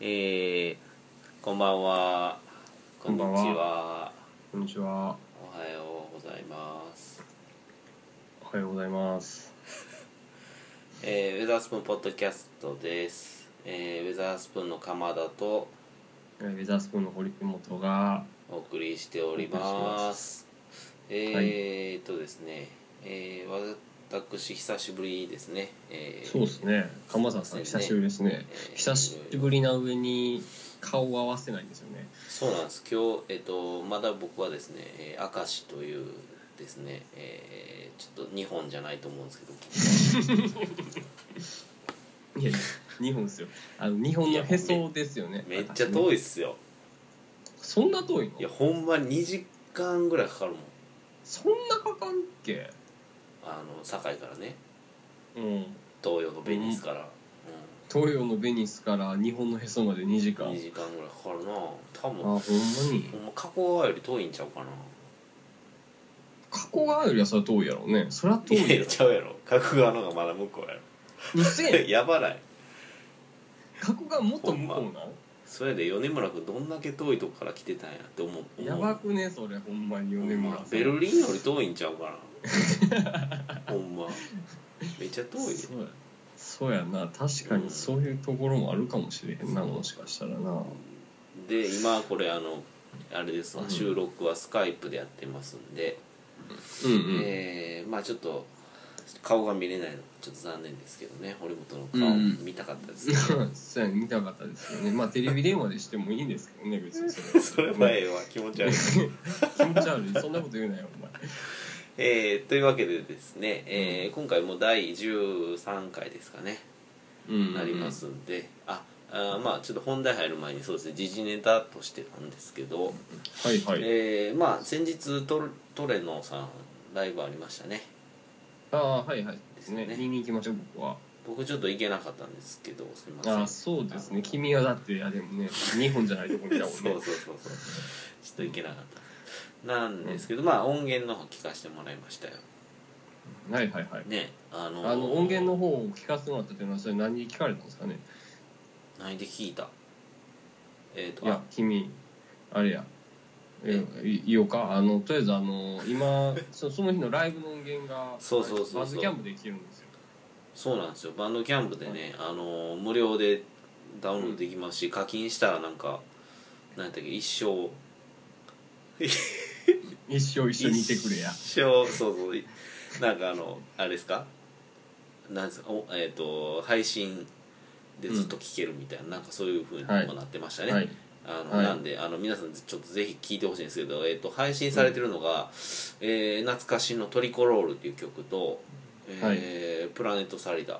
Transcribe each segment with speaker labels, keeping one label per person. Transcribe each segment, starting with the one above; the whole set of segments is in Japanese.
Speaker 1: えー、こんばんはこ
Speaker 2: こ
Speaker 1: ん
Speaker 2: ん
Speaker 1: にち
Speaker 2: ばんは
Speaker 1: は
Speaker 2: こんにちは。
Speaker 1: おはようございます
Speaker 2: おはようございます。
Speaker 1: えー、ウェザースプーンポッドキャストです、えー、ウェザースプーンの鎌田と
Speaker 2: えーウェザースプーンの堀本が、
Speaker 1: お送りしており
Speaker 2: お送りし
Speaker 1: ま
Speaker 2: ます
Speaker 1: えー、っとですね、えー、私久しぶりですね、えー
Speaker 2: そうですね。鎌田さん
Speaker 1: そう
Speaker 2: 久
Speaker 1: ですね
Speaker 2: しぶりですね
Speaker 1: え。ー
Speaker 2: 久しぶりな上に顔を合わせないんですよね。
Speaker 1: そうなんです今日、えっとまだ僕はですねえー明石というですね、えーちょっと2本じゃないと思うんですけど
Speaker 2: いや、日本ですよ。あの日本のへそですよね。
Speaker 1: めっちゃ遠
Speaker 2: い。
Speaker 1: いっすよ
Speaker 2: そんな遠いの
Speaker 1: いや？ほんま2時間ぐらいかかるもん
Speaker 2: そんなかかんっけ？
Speaker 1: あの堺からね
Speaker 2: うん。
Speaker 1: 東洋のベニスから、
Speaker 2: 東洋のベニスから日本のへそまで2時
Speaker 1: うん
Speaker 2: 間。
Speaker 1: 2時間ぐらいかかるな多
Speaker 2: あ、
Speaker 1: 分
Speaker 2: ほ
Speaker 1: ほ
Speaker 2: んまに。
Speaker 1: んま加古川より遠いんちゃうかな
Speaker 2: 加古川よりはそれは遠いやろうね。それは遠い
Speaker 1: いやい
Speaker 2: や
Speaker 1: や
Speaker 2: ろ。
Speaker 1: ちゃうやろ加古川の方がまだ向こうや
Speaker 2: 嘘やん
Speaker 1: ろ やばない
Speaker 2: 加古川もっと向こうなん？
Speaker 1: それで米村君どんだけ遠いとこから来てたんやって思う
Speaker 2: やばくねそれほんまに米
Speaker 1: ほん
Speaker 2: 村
Speaker 1: ま
Speaker 2: さん
Speaker 1: ベルリンより遠いんちゃうか なほんまめっちゃ遠いよ
Speaker 2: そうやそうやな確かにそういうところもあるかもしれへんなもしかしたらな
Speaker 1: で今これあのあれですわ、
Speaker 2: うん
Speaker 1: 収録はスカイプでやってますんで、
Speaker 2: うん
Speaker 1: えーまあちょっと顔が見れないのちょっと残念ですけどね堀本の顔
Speaker 2: うん
Speaker 1: 見たかったですけど、
Speaker 2: うん、 そうやね見たかったですよねまあテレビ電話でしてもいいんですけどね別にそ れ
Speaker 1: それはええわ気持 ち悪い
Speaker 2: 気持ち悪いそんなこと言うなよお前
Speaker 1: えーというわけでですね、えー今回も第13回ですかね
Speaker 2: うん
Speaker 1: なりますんで、ああーまあちょっと本題入る前にそうですね時事ネタとしてなんですけど、
Speaker 2: はいはい、
Speaker 1: えーまあ先日トレトレノさんライブありましたね
Speaker 2: ああはいはい
Speaker 1: ですね
Speaker 2: ね見に行きましょう僕は
Speaker 1: 僕ちょっと行けなかったんですけどすいません
Speaker 2: ああそうですね君はだっていやでもね日本じゃないとこ見たもん ね
Speaker 1: そうそうそうそうちょっといけなかったなんですけど、まあ音源の方聞かせてもらいましたよ
Speaker 2: はいはいはい
Speaker 1: ねあの
Speaker 2: あの音源の方を聞かせてもらったというのはそれ何に聞かれたんですかね
Speaker 1: 何で聞いたえっ、
Speaker 2: い
Speaker 1: と
Speaker 2: や
Speaker 1: あ
Speaker 2: 君あれやえいいようかあのとりあえずあの今そその日のライブの音源が
Speaker 1: そうそうそうそう
Speaker 2: バズキャンプできるんですよ
Speaker 1: そうなんですよバンドキャンプでね、あの無料でダウンロードできますし、課金したらなんか何やったっけ一生
Speaker 2: 一生一緒にいてくれや
Speaker 1: 一生そうそういなんかあのあれですかなんですかおえっ、と配信でずっと聴けるみたいな、なんかそういうふうにもなってましたね、
Speaker 2: はい
Speaker 1: あの
Speaker 2: はい
Speaker 1: なんであの皆さんちょっとぜひ聴いてほしいんですけど、えー、と配信されてるのが、えー懐かしの「トリコロール」っていう曲と、えープラネットサリダ」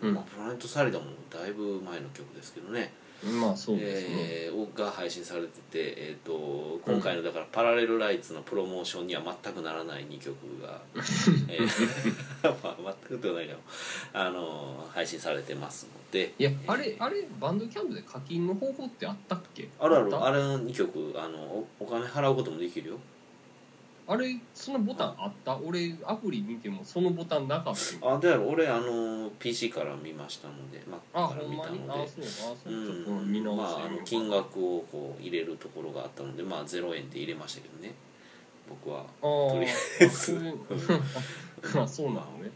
Speaker 2: うん
Speaker 1: まあ、プラネットサリダもだいぶ前の曲ですけどね
Speaker 2: まあそうですね、
Speaker 1: えーをが配信されてて、えー、と今回のだから「パラレルライツ」のプロモーションには全くならない2曲が、え ーまあ、全くではないけど、あの配信されてますので
Speaker 2: いやあれあれバンドキャンプで課金の方法ってあったっけ
Speaker 1: あるある
Speaker 2: った
Speaker 1: あれの2曲あのおお金払うこともできるよ
Speaker 2: あれそのボタンあった俺アプリ見てもそのボタンなかった
Speaker 1: あ
Speaker 2: よ
Speaker 1: だから俺あの PC から見ましたので Mac
Speaker 2: あ
Speaker 1: から
Speaker 2: ほん
Speaker 1: 見
Speaker 2: ま
Speaker 1: た
Speaker 2: にあ
Speaker 1: ので
Speaker 2: そうあそうう、ちょっと見
Speaker 1: ん
Speaker 2: 直
Speaker 1: ま
Speaker 2: し
Speaker 1: あ
Speaker 2: て
Speaker 1: あ
Speaker 2: み
Speaker 1: の
Speaker 2: よう
Speaker 1: 金額をこう入れるところがあったのでまあ0円で入れましたけどね僕は
Speaker 2: あー
Speaker 1: とりあえず
Speaker 2: あそう あそうなのね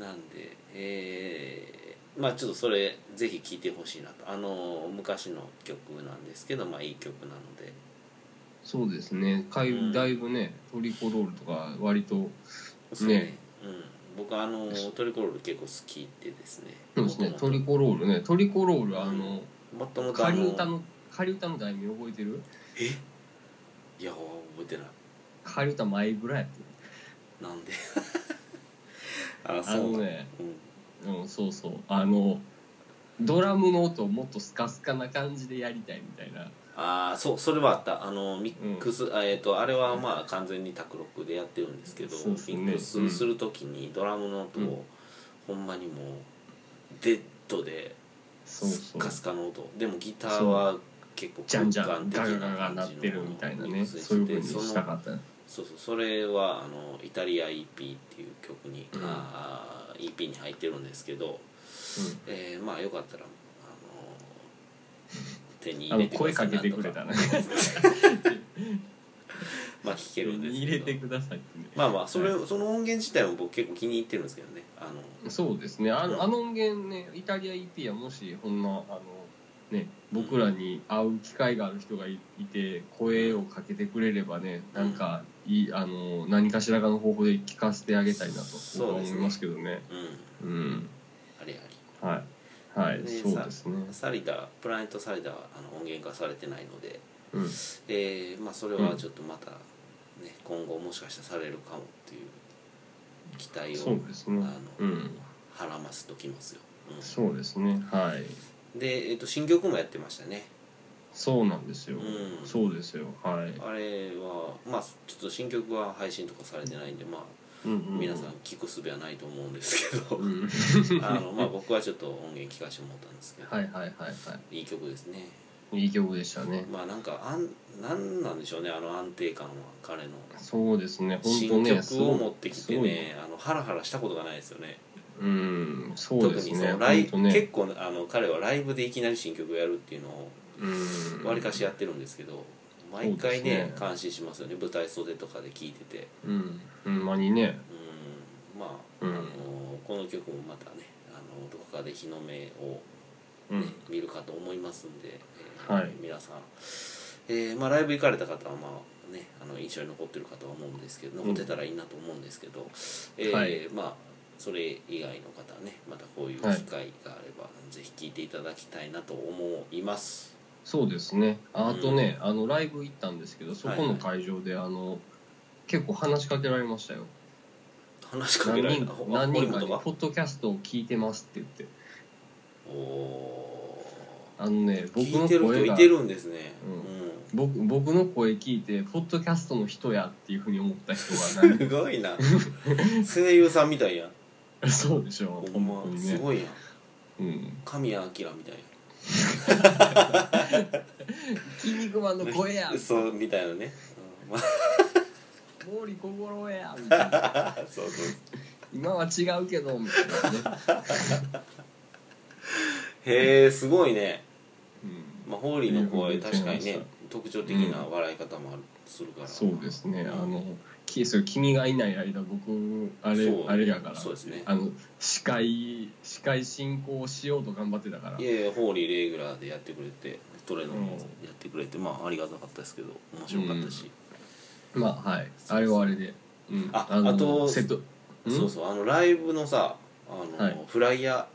Speaker 1: なんでえーまあちょっとそれぜひ聴いてほしいなとあの昔の曲なんですけどまあいい曲なので
Speaker 2: そうですね、かい
Speaker 1: うん
Speaker 2: だいぶね、トリコロールとか、割と、
Speaker 1: そう
Speaker 2: ね
Speaker 1: うん僕あのトリコロール結構好きでですね
Speaker 2: そうですね、
Speaker 1: もと
Speaker 2: ト
Speaker 1: もと
Speaker 2: リコロールね、トリコロール、あの、
Speaker 1: もともとあ
Speaker 2: 仮歌
Speaker 1: の
Speaker 2: の、仮歌の題名覚えてる
Speaker 1: いや覚えてない
Speaker 2: 仮歌、マイブラやってる。
Speaker 1: なんで あ
Speaker 2: あ
Speaker 1: そう
Speaker 2: の
Speaker 1: だ、
Speaker 2: ね、
Speaker 1: うん
Speaker 2: うん、そうそう、あの、ドラムの音をもっとスカスカな感じでやりたいみたいな。
Speaker 1: ああそうそれはあったあのミックス、あえっ、とあれはまあ完全に卓録でやってるんですけど、
Speaker 2: そうですね
Speaker 1: ミックスする時にドラムの音を、
Speaker 2: うん
Speaker 1: ほんまにもうデッドで
Speaker 2: そう
Speaker 1: ス
Speaker 2: そう
Speaker 1: ッカ。スカの音でもギターは結構
Speaker 2: じゃんじゃ
Speaker 1: 空
Speaker 2: ん、ガガガガ鳴ってるみたいなね、そういう風にしたか
Speaker 1: っ
Speaker 2: った。
Speaker 1: そうそうそれはあのイタリア EP っていう曲に、
Speaker 2: うん
Speaker 1: あー EP に入ってるんですけど、えーまあよかったらあの手に
Speaker 2: あ
Speaker 1: 入
Speaker 2: の
Speaker 1: れて
Speaker 2: 声かけてくれ
Speaker 1: なんと
Speaker 2: たね
Speaker 1: かまあ聞けるんです
Speaker 2: 入
Speaker 1: け
Speaker 2: れ
Speaker 1: ど
Speaker 2: てくださいってね
Speaker 1: まあまあそれ、その音源自体も僕結構気に入ってるんですけどねあの
Speaker 2: そうですねあ
Speaker 1: うん
Speaker 2: のあの音源ねイタリア EP はもしほんなあのね僕らに会う機会がある人がいいて声をかけてくれればねなんかいいあの何かしらの方法で聞かせてあげたいなと僕は思いますけどね
Speaker 1: うん
Speaker 2: うん
Speaker 1: あれあ
Speaker 2: はいはい
Speaker 1: ね
Speaker 2: そうですね
Speaker 1: れサリダプラネットサリダはあの音源化されてないので
Speaker 2: うん
Speaker 1: でまあそれはちょっとまた、ね今後もしかしたらされるかもっていう期待
Speaker 2: そ
Speaker 1: を
Speaker 2: うですね
Speaker 1: あの
Speaker 2: うん
Speaker 1: はらますときますよ、
Speaker 2: そうですねはい
Speaker 1: うん、で、えっと新曲もやってましたね
Speaker 2: そうなんですよ
Speaker 1: うん
Speaker 2: そうですよはい
Speaker 1: あれはまあちょっと新曲は配信とかされてないんでまあ皆
Speaker 2: 皆
Speaker 1: さん聞く術はないと思うんですけ ど
Speaker 2: うん
Speaker 1: あの、まあ、僕はちょっと音源聞かしてもらったんですけど、、
Speaker 2: はいはいはいはい
Speaker 1: い曲ですね
Speaker 2: いいい曲でしたね
Speaker 1: まあなんかあんなんなんでしょうねあの安定感は彼の
Speaker 2: そうですね本当
Speaker 1: 新
Speaker 2: ね
Speaker 1: 曲を持ってきてねあのハラハラしたことがないですよね
Speaker 2: すごいうんそうです
Speaker 1: 特にそ
Speaker 2: ね
Speaker 1: のライ
Speaker 2: 本当ね
Speaker 1: 結構あの彼はライブでいきなり新曲をやるっていうのを
Speaker 2: うん
Speaker 1: わりかしやってるんですけど毎回ね
Speaker 2: そうですね
Speaker 1: 感心しますよね舞台袖とかで聴いてて
Speaker 2: うんほんまにね
Speaker 1: うんまあ,、
Speaker 2: うん
Speaker 1: あのこの曲もまたねあのどこかで日の目を
Speaker 2: うん
Speaker 1: 見るかと思いますんで、えー
Speaker 2: はい
Speaker 1: 皆さん、えーまあ、ライブ行かれた方はまあねあの印象に残ってるかとは思うんですけど
Speaker 2: ん
Speaker 1: 残ってたらいいなと思うんですけど、えー
Speaker 2: はい
Speaker 1: まあそれ以外の方はねまたこういう機
Speaker 2: はい
Speaker 1: 会があれば、ぜひ聴いていただきたいなと思います
Speaker 2: そうですねああとねあのライブ行ったんですけどそこの
Speaker 1: は
Speaker 2: 会場であの結構話しかけられましたよ
Speaker 1: 話しかけ
Speaker 2: 何
Speaker 1: られ
Speaker 2: 人
Speaker 1: たほ
Speaker 2: 何人
Speaker 1: ほ
Speaker 2: か
Speaker 1: り
Speaker 2: に
Speaker 1: も
Speaker 2: 「ポッドキャストを聞いてます」って言って
Speaker 1: とかお
Speaker 2: あのね
Speaker 1: ー
Speaker 2: 僕
Speaker 1: 聞
Speaker 2: の
Speaker 1: いてる人
Speaker 2: 声
Speaker 1: い
Speaker 2: が
Speaker 1: てるんですね
Speaker 2: 僕僕の声聞いて「ポッドキャストの人や」っていうふうに思った人が
Speaker 1: う
Speaker 2: 何
Speaker 1: ん、すごいな声優さんみたいやん
Speaker 2: そうでしょ
Speaker 1: ほん
Speaker 2: 本
Speaker 1: ま
Speaker 2: 当に
Speaker 1: す
Speaker 2: ね。
Speaker 1: ごいやん
Speaker 2: うん。
Speaker 1: 神谷明みたいな
Speaker 2: 筋肉マンの声や、
Speaker 1: そうみたいなね、うんま
Speaker 2: 毛利小五郎や、みたいな。
Speaker 1: あ、そうそう
Speaker 2: 今は違うけどみたいなね。
Speaker 1: へえすごいね、
Speaker 2: うん。
Speaker 1: まあ、ホーリーの声
Speaker 2: うん
Speaker 1: 確かに
Speaker 2: 違い
Speaker 1: ね
Speaker 2: まし
Speaker 1: 特徴的な笑い方もあるするから
Speaker 2: そうですね。
Speaker 1: うん
Speaker 2: あの。きそう君がいない間僕あれ
Speaker 1: そう
Speaker 2: あれやから
Speaker 1: そうですね
Speaker 2: あの司会司会進行しようと頑張ってたから
Speaker 1: いやいやホーリーレギュラーでやってくれてトレードも
Speaker 2: うん
Speaker 1: やってくれて、まあありがたかったですけど面白かったし、
Speaker 2: まあはいあれはあれで、うん、
Speaker 1: あ
Speaker 2: の
Speaker 1: あと
Speaker 2: セットん
Speaker 1: そうそうあのライブのさあの、
Speaker 2: はい
Speaker 1: フライヤ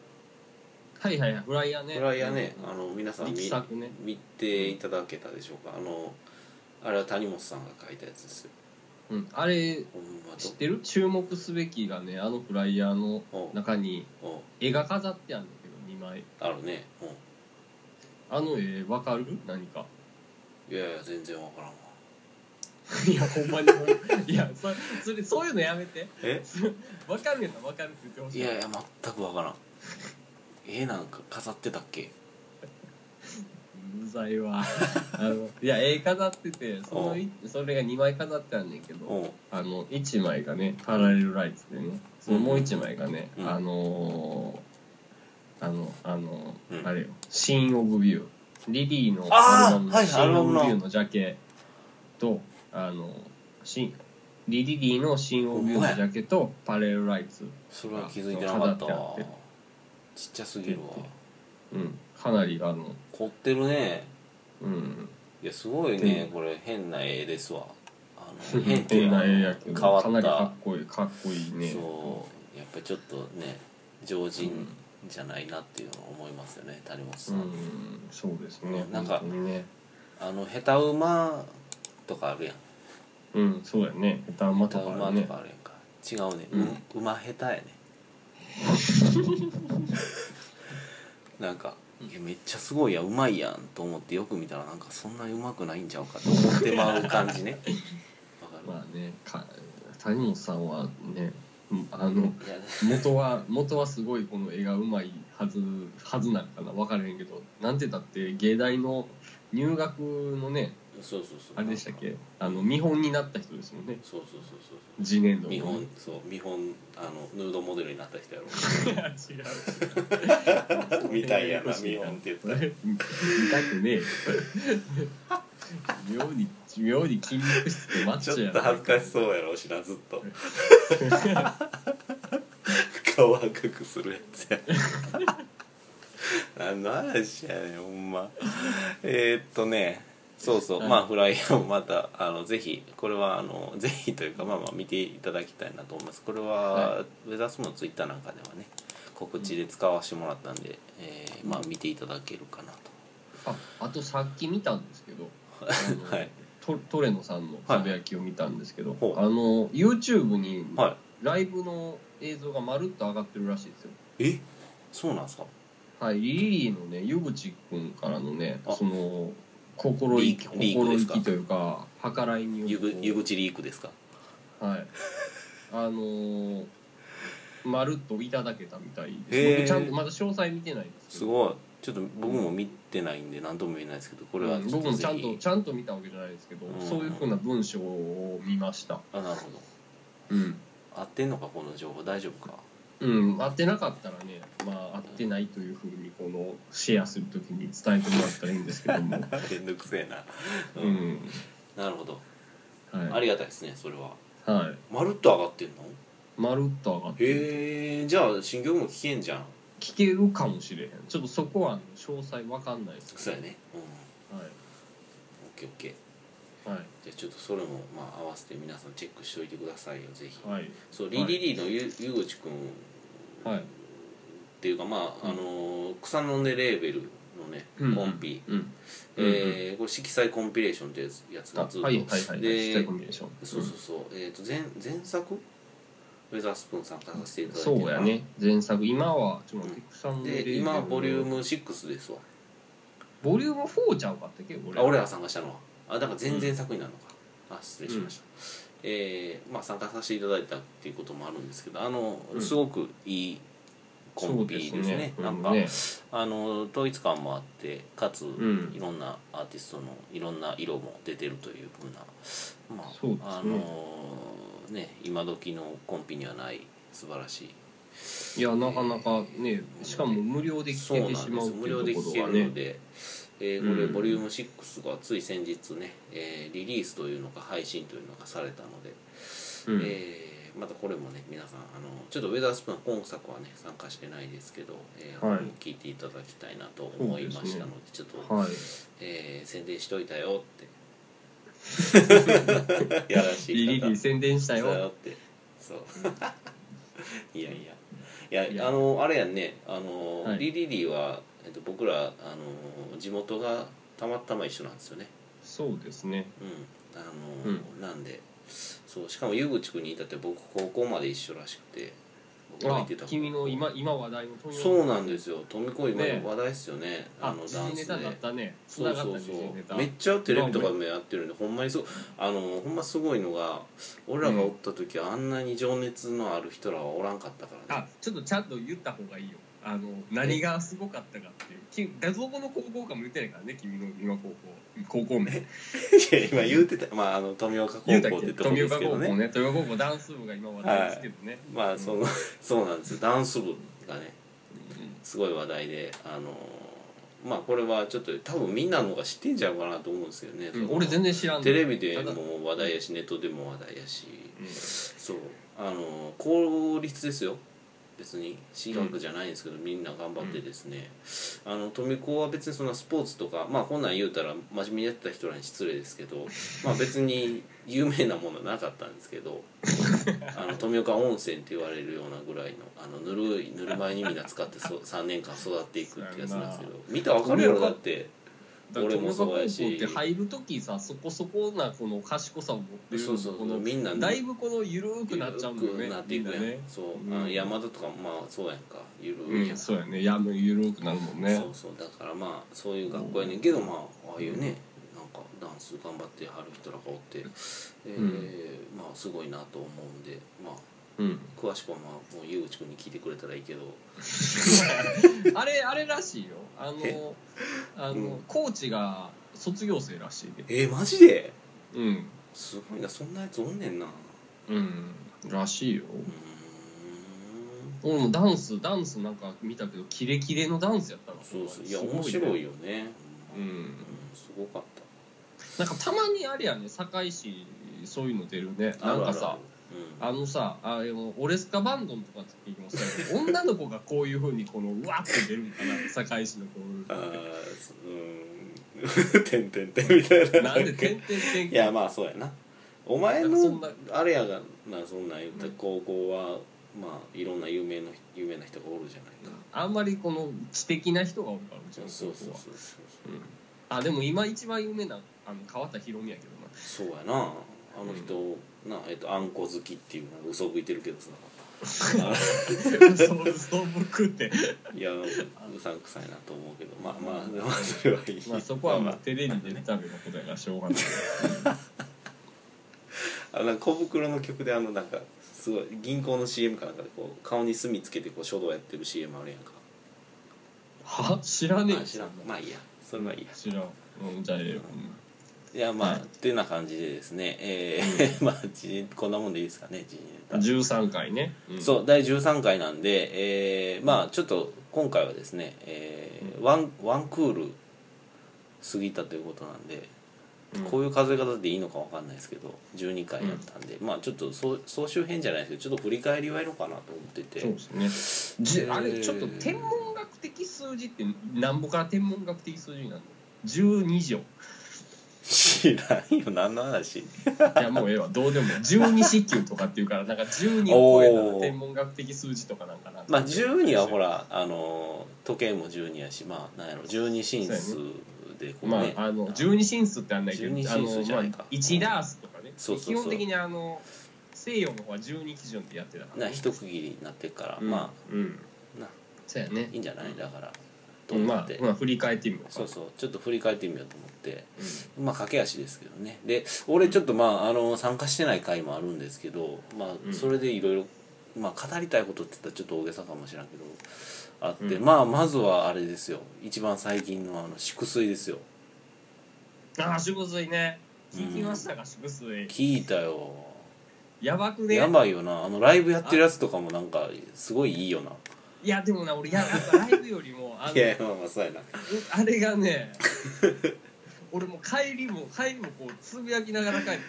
Speaker 2: はいはいはいフライヤー
Speaker 1: ー
Speaker 2: ね
Speaker 1: フライヤーね、
Speaker 2: うん
Speaker 1: あの皆さん
Speaker 2: 力
Speaker 1: 見
Speaker 2: 作ね
Speaker 1: 見ていただけたでしょうかあのあれは谷本さんが書いたやつですよ
Speaker 2: うん、あれ
Speaker 1: ほんま
Speaker 2: 知
Speaker 1: と
Speaker 2: ってる注目すべきがねあのフライヤーの
Speaker 1: お
Speaker 2: 中に
Speaker 1: お
Speaker 2: 絵が飾ってあるんだけど2枚
Speaker 1: あるねうん
Speaker 2: あの絵わかる何か
Speaker 1: いやいや全然わからんわ
Speaker 2: いやほんまにほんまいやそそれそういうのやめて
Speaker 1: え
Speaker 2: わかるやんわかるって言ってほし
Speaker 1: い
Speaker 2: い
Speaker 1: やいや全くわからん絵なんか飾ってたっけ
Speaker 2: うざいわあのいや絵飾っててそのいそれが2枚飾ってあるんだけど
Speaker 1: お
Speaker 2: あの1枚がねパラレルライツでねそのもう1枚がね、
Speaker 1: うん
Speaker 2: あのー、あのあの、
Speaker 1: うん
Speaker 2: あれよ「シーン・オブ・ビュー」リリーの
Speaker 1: あー
Speaker 2: アルバム
Speaker 1: は
Speaker 2: の「
Speaker 1: い
Speaker 2: シーン・オブ・ビ
Speaker 1: アルバ
Speaker 2: ュー」
Speaker 1: ム
Speaker 2: のジャケとあのシーンリリリーの「シーン・オブ・ビュー」のジャケと「パラレル・ライツ
Speaker 1: それは気づいてなかったわ
Speaker 2: 飾ってあっ
Speaker 1: ちっちゃすぎるわ」
Speaker 2: うん、かなりあの
Speaker 1: 凝ってるね
Speaker 2: うん
Speaker 1: いやすごいね、
Speaker 2: うん
Speaker 1: これ変な絵ですわあ の変ってい
Speaker 2: 変
Speaker 1: うの
Speaker 2: な
Speaker 1: は
Speaker 2: 絵やけ
Speaker 1: 変
Speaker 2: ど
Speaker 1: わ
Speaker 2: か
Speaker 1: っ
Speaker 2: なりか
Speaker 1: た
Speaker 2: っこいいかっこいいね
Speaker 1: そうやっぱりちょっとね常人じゃないなっていうのは思いますよね谷本さ、
Speaker 2: うんんそうですね
Speaker 1: なんか
Speaker 2: 本当にね
Speaker 1: あの下手馬とかあるやん
Speaker 2: うんそうやね下手馬
Speaker 1: 下
Speaker 2: と
Speaker 1: 手馬とかあ
Speaker 2: から
Speaker 1: るや
Speaker 2: ね
Speaker 1: んか違うね、
Speaker 2: うん
Speaker 1: う馬下手やね なんかいやめっちゃすごいやんうまいやんと思ってよく見たらなんかそんなにうまくないんちゃうかと思ってまう感 じねわかる、
Speaker 2: まあねか谷本さんはねうんあの
Speaker 1: いや
Speaker 2: 元は元はすごいこの絵がうまいはずはずなんかな分からへんけどなんてだって芸大の入学のね
Speaker 1: そうそうそう
Speaker 2: あれでしたっけあの見本になった人ですもんね
Speaker 1: そうそうそうそう
Speaker 2: 次年
Speaker 1: そ
Speaker 2: 度
Speaker 1: う
Speaker 2: の
Speaker 1: 見 本そう見本あのヌードモデルになった人やろ
Speaker 2: 違う
Speaker 1: みたいやな見本って言ったら
Speaker 2: 見たくねえよ妙に妙に筋肉質とマッ
Speaker 1: ちょ
Speaker 2: チョや
Speaker 1: っと恥ずかしそうやろしなずっと顔赤くするやつや何の話やねんほんまえー、っとねそうそう、
Speaker 2: はい
Speaker 1: まあフライヤーをまたあのぜひこれはあのぜひというかまあまあ見ていただきたいなと思いますこれは、
Speaker 2: は
Speaker 1: ウェザースモンのツイッターなんかではね告知で使わせてもらったんで、えーまあ見ていただけるかな
Speaker 2: ああとさっき見たんですけどあ
Speaker 1: と
Speaker 2: の
Speaker 1: はい
Speaker 2: トトレノさんのつぶやきを見たんですけど、
Speaker 1: ほう
Speaker 2: あの YouTube に
Speaker 1: は
Speaker 2: ライブの映像がまるっと上がってるらしいですよ
Speaker 1: いえそうなんですか
Speaker 2: はい、リリーのね、湯口くんからのね
Speaker 1: あ、
Speaker 2: その、心意
Speaker 1: リー
Speaker 2: 気、
Speaker 1: ク
Speaker 2: 心
Speaker 1: リークで
Speaker 2: 意
Speaker 1: すか
Speaker 2: 気というか、計らいに
Speaker 1: 湯
Speaker 2: よって
Speaker 1: 口湯口リークですか
Speaker 2: はい。あのー、まるっといただけたみた
Speaker 1: へ
Speaker 2: い
Speaker 1: ー
Speaker 2: です。僕ちゃんと、まだ詳細見てないんです
Speaker 1: す
Speaker 2: けど。
Speaker 1: ごいちょっと僕も見てないんで何とも言えないですけどこれは
Speaker 2: うん
Speaker 1: ちょっ
Speaker 2: 僕
Speaker 1: と
Speaker 2: も
Speaker 1: ぜ
Speaker 2: ちゃんと
Speaker 1: ひ
Speaker 2: ちゃんと見たわけじゃないですけど、
Speaker 1: うん
Speaker 2: そういうふうな文章を見ました
Speaker 1: あなるほど
Speaker 2: うん、
Speaker 1: 合ってんのかこの情報大丈夫か
Speaker 2: うん、合ってなかったらねまあ合ってないというふうにこのシェアするときに伝えてもらったらいいんですけども、
Speaker 1: めんどくせえな
Speaker 2: う
Speaker 1: うん
Speaker 2: ん
Speaker 1: なるほどあ
Speaker 2: はい、
Speaker 1: りがたいですねそれは
Speaker 2: はい、
Speaker 1: まるっと上がってんの
Speaker 2: まるっと上がってる
Speaker 1: へえじゃあ新曲も聴けんじゃん
Speaker 2: 聞けるかもしれへんちょっとそこはあの詳細わかんないです
Speaker 1: そうやねうんオッ
Speaker 2: はい
Speaker 1: ケーオッケー
Speaker 2: はい
Speaker 1: じゃあちょっとそれもまあ合わせて皆さんチェックしておいてくださいよぜひ
Speaker 2: はい
Speaker 1: そうリリリのゆゆぐちくんっ
Speaker 2: はい
Speaker 1: ていうかまああの草の根レーベルのねコンピ
Speaker 2: うん
Speaker 1: えーこれ色彩コンピレーションってやつが
Speaker 2: あはい
Speaker 1: ずっと、
Speaker 2: はいはいはい
Speaker 1: で
Speaker 2: 下コミュニケーション
Speaker 1: そうそうそう、えー、と前前作ウェザースプーンさんからさせていただいて
Speaker 2: そうやね前作今はちょっと待って草のレベ
Speaker 1: で
Speaker 2: ル
Speaker 1: 今ボリューム6ですわ
Speaker 2: ボリューム4ちゃうかったっけ俺
Speaker 1: あ俺ら参加したのはあだから前々作になるのか、あ失礼しました、えーまあ参加させていただいたっていうこともあるんですけどあの、
Speaker 2: うん
Speaker 1: すごくいいコンピですね
Speaker 2: そう
Speaker 1: なんか、
Speaker 2: うんね
Speaker 1: あの統一感もあってかつ、
Speaker 2: ん
Speaker 1: いろんなアーティストのいろんな色も出てるというふうなまあ
Speaker 2: そうですね
Speaker 1: あのーね今時のコンピにはない素晴らしい
Speaker 2: いやなかなかねしかも無料で
Speaker 1: そう
Speaker 2: 聞
Speaker 1: なん
Speaker 2: け
Speaker 1: で
Speaker 2: て
Speaker 1: す
Speaker 2: しまうって
Speaker 1: 無
Speaker 2: い
Speaker 1: 料
Speaker 2: う
Speaker 1: で
Speaker 2: と
Speaker 1: 聴
Speaker 2: こ
Speaker 1: け
Speaker 2: ろ
Speaker 1: る
Speaker 2: は
Speaker 1: の
Speaker 2: ね
Speaker 1: で、えーこれ
Speaker 2: うん
Speaker 1: ボリューム6がつい先日ね、えーリリースというのか配信というのがされたので、
Speaker 2: うん
Speaker 1: えーまたこれもね皆さんあのちょっとウェザースプーンは今作はね参加してないですけど、えー
Speaker 2: はい
Speaker 1: これも聞いていただきたいなと思いましたのでちょっと
Speaker 2: はい
Speaker 1: えー宣伝しといたよって やらしい
Speaker 2: リリリ宣伝した
Speaker 1: そうや
Speaker 2: よ
Speaker 1: ってそういやいやいや
Speaker 2: いや
Speaker 1: あのあれやんねあの、
Speaker 2: はい
Speaker 1: リリリは、えっと、僕らあの地元がたまたま一緒なんですよね
Speaker 2: そうですね
Speaker 1: うんあの、なんでそうしかも湯口君に至って僕高校まで一緒らしくて僕が
Speaker 2: あ
Speaker 1: 行ってた
Speaker 2: 君の今今話題の富山
Speaker 1: そうなんですよ富子今
Speaker 2: ね
Speaker 1: 話題っすよね
Speaker 2: あ
Speaker 1: の
Speaker 2: 時事ネタになったねつ
Speaker 1: そ
Speaker 2: な
Speaker 1: う
Speaker 2: がっ
Speaker 1: そ
Speaker 2: た
Speaker 1: う
Speaker 2: ね
Speaker 1: そ
Speaker 2: 時事ネタ
Speaker 1: うめっちゃテレビとかもやってるんでほんまにそうあのほんますごいのが俺らがおった時はあんなに情熱のある人らはおらんかったからね
Speaker 2: あちょっとちゃんと言った方がいいよあの何がすごかったかっていうき画像後の高校かも言ってないからね君の今高校高校名
Speaker 1: いや今言うてたまああの富岡高校
Speaker 2: 言
Speaker 1: っ
Speaker 2: うた
Speaker 1: て
Speaker 2: っけ
Speaker 1: とこ
Speaker 2: 富
Speaker 1: です
Speaker 2: 岡
Speaker 1: け
Speaker 2: 高
Speaker 1: ど
Speaker 2: 校
Speaker 1: ね
Speaker 2: ね富岡高校ダンス部が今話題ですけどね、
Speaker 1: まあその そうなんですよダンス部がね
Speaker 2: うん
Speaker 1: すごい話題であのまあこれはちょっと多分みんなの方が知ってんちゃうかなと思うんですけどね、
Speaker 2: うん俺全然知らんの
Speaker 1: テレビで
Speaker 2: ただ
Speaker 1: も話題やしネットでも話題やし
Speaker 2: うん
Speaker 1: そうあの効率ですよ別に私学じゃないんですけど、みんな頑張ってですね、あの富子は別にそんなスポーツとかまあこんなん言うたら真面目にやってた人らに失礼ですけ どまあ別に有名なものはなかったんですけどあの富岡温泉って言われるようなぐらいのあのぬるいぬるま湯にみんな使ってそ3年間育っていくってやつなんですけど見たらわかるやろだって
Speaker 2: だから
Speaker 1: 俺もそうやし
Speaker 2: 富岡高校って入る時さそこそこなこの賢さを持ってる
Speaker 1: そうそう
Speaker 2: こ
Speaker 1: そう
Speaker 2: の
Speaker 1: みんな
Speaker 2: だいぶこの緩くなっちゃうんだよ
Speaker 1: ゆる
Speaker 2: ね
Speaker 1: くなっていくやん
Speaker 2: みんなね
Speaker 1: そう、
Speaker 2: うん
Speaker 1: あの山田とかもまあそうやんかゆる
Speaker 2: う
Speaker 1: いやん
Speaker 2: ん、そうやねやむ緩くなるもんね
Speaker 1: そうそうだからまあそういう学校やねんけどまあああいうねなんかダンス頑張ってはる人らがおって、えーまあすごいなと思うんでまあ
Speaker 2: うん
Speaker 1: 詳しくはまあもう湯口君に聞いてくれたらいいけど
Speaker 2: あれあれらしいよあのあの、
Speaker 1: うん
Speaker 2: コーチが卒業生らしいで
Speaker 1: えー、マジで
Speaker 2: うん
Speaker 1: すごいなそんなやつおんねんなう
Speaker 2: うんらしいよ
Speaker 1: ーん
Speaker 2: 俺もダンスダンスなんか見たけどキレキレのダンスやったの
Speaker 1: そうそういや
Speaker 2: すご
Speaker 1: 面白いよね
Speaker 2: う
Speaker 1: うんすごかっ
Speaker 2: なんかたまにあれやね堺市そういうの出るね
Speaker 1: た
Speaker 2: なんか
Speaker 1: あ
Speaker 2: さ
Speaker 1: るある
Speaker 2: あのさあのオレスカバンドンとかの時もそうやけど女の子がこういうふうにこのうわって出るんかな堺市のこ
Speaker 1: うんあーそうん てんてんてんみたいうな
Speaker 2: なんで
Speaker 1: い
Speaker 2: 点々点々
Speaker 1: やまあそうやなお前
Speaker 2: そん
Speaker 1: の
Speaker 2: な
Speaker 1: あれやがなそんなん言った
Speaker 2: うん
Speaker 1: 高校はまあいろんな有名の有名な人がおるじゃないか
Speaker 2: あんまりこの知的な人がおるからうち
Speaker 1: そ
Speaker 2: の
Speaker 1: う
Speaker 2: 高
Speaker 1: そう
Speaker 2: 校
Speaker 1: そう
Speaker 2: は
Speaker 1: そう
Speaker 2: うんあでも今一番有名なあの川田裕美やけどな
Speaker 1: そうやなあの人、なえっとあんこ好きっていうなんか嘘吹いてるけどさ
Speaker 2: そうそう僕って
Speaker 1: いやうさんくさいなと思うけどまあまあでもそれはいい、
Speaker 2: まあそこはも
Speaker 1: ま
Speaker 2: う
Speaker 1: あ
Speaker 2: テレビで出たべのことやからしょうがない
Speaker 1: あなんか小袋の曲であのなんかすごい銀行の CM かなんかでこう顔に墨つけてこう書道やってる CM あるやんか
Speaker 2: は知らねえ
Speaker 1: あ知らんまあいいやそれはいいや
Speaker 2: 知らんうんじゃあええよ
Speaker 1: いやまあ、
Speaker 2: はい
Speaker 1: ってな感じでですねえー まあじこんなもんでいいですかね時事
Speaker 2: うん
Speaker 1: ネタ
Speaker 2: 13回ね
Speaker 1: そう第13回なんで、えーまあちょっと今回はですね、えーワンワンクール過ぎたということなんで、
Speaker 2: うん
Speaker 1: こういう数え方でいいのかわかんないですけど12回やったんで、まあちょっと総総集編じゃないですけどちょっと振り返りはやろうかなと思ってて
Speaker 2: そうですねじ
Speaker 1: えー
Speaker 2: あれちょっと天文学的数字ってなんぼから天文学的数字になるの12条
Speaker 1: 知らんよ何の話
Speaker 2: いやもうええわどうでも12四球とかっていうからなんか12を超えた
Speaker 1: お
Speaker 2: ら
Speaker 1: ー
Speaker 2: 天文学的数字とかなんかな
Speaker 1: まあ12はほらあの時計も12やしまあなんやろ12進数でこう
Speaker 2: ま
Speaker 1: ね、
Speaker 2: あ、あの十二進数ってあんないけど、
Speaker 1: 12
Speaker 2: あ
Speaker 1: 進数じゃ
Speaker 2: の
Speaker 1: ない
Speaker 2: ま
Speaker 1: か
Speaker 2: あ、一ダースとかね、
Speaker 1: そうそうそう
Speaker 2: 基本的にあの西洋の方は十二基準でやってたから、
Speaker 1: な一区切りになってっから、
Speaker 2: うん、
Speaker 1: ま
Speaker 2: うん、
Speaker 1: あな
Speaker 2: そうやね
Speaker 1: いいんじゃないだから、と
Speaker 2: うん
Speaker 1: 思
Speaker 2: ま
Speaker 1: っ
Speaker 2: あ
Speaker 1: て、、
Speaker 2: まあ、振り返ってみようか
Speaker 1: そうそうちょっと振り返ってみようと思って
Speaker 2: うん
Speaker 1: まあ駆け足ですけどねで俺ちょっとまああの参加してない回もあるんですけどま
Speaker 2: う
Speaker 1: あ
Speaker 2: ん
Speaker 1: それでいろいろまあ語りたいことって言ったらちょっと大げさかもしれんけどあって、
Speaker 2: うん
Speaker 1: まあまずはあれですよ一番最近のあの祝水ですよ
Speaker 2: ああ祝水ね聞きましたか、祝水
Speaker 1: 聞いたよ
Speaker 2: やばくね
Speaker 1: やばいよなあのライブやってるやつとかもなんかすごいいいよない
Speaker 2: やでもな俺ややっぱライブよりもあの
Speaker 1: まあまあそうやな
Speaker 2: あれがね俺もう帰りも帰りもこうつぶやきながら帰ったからね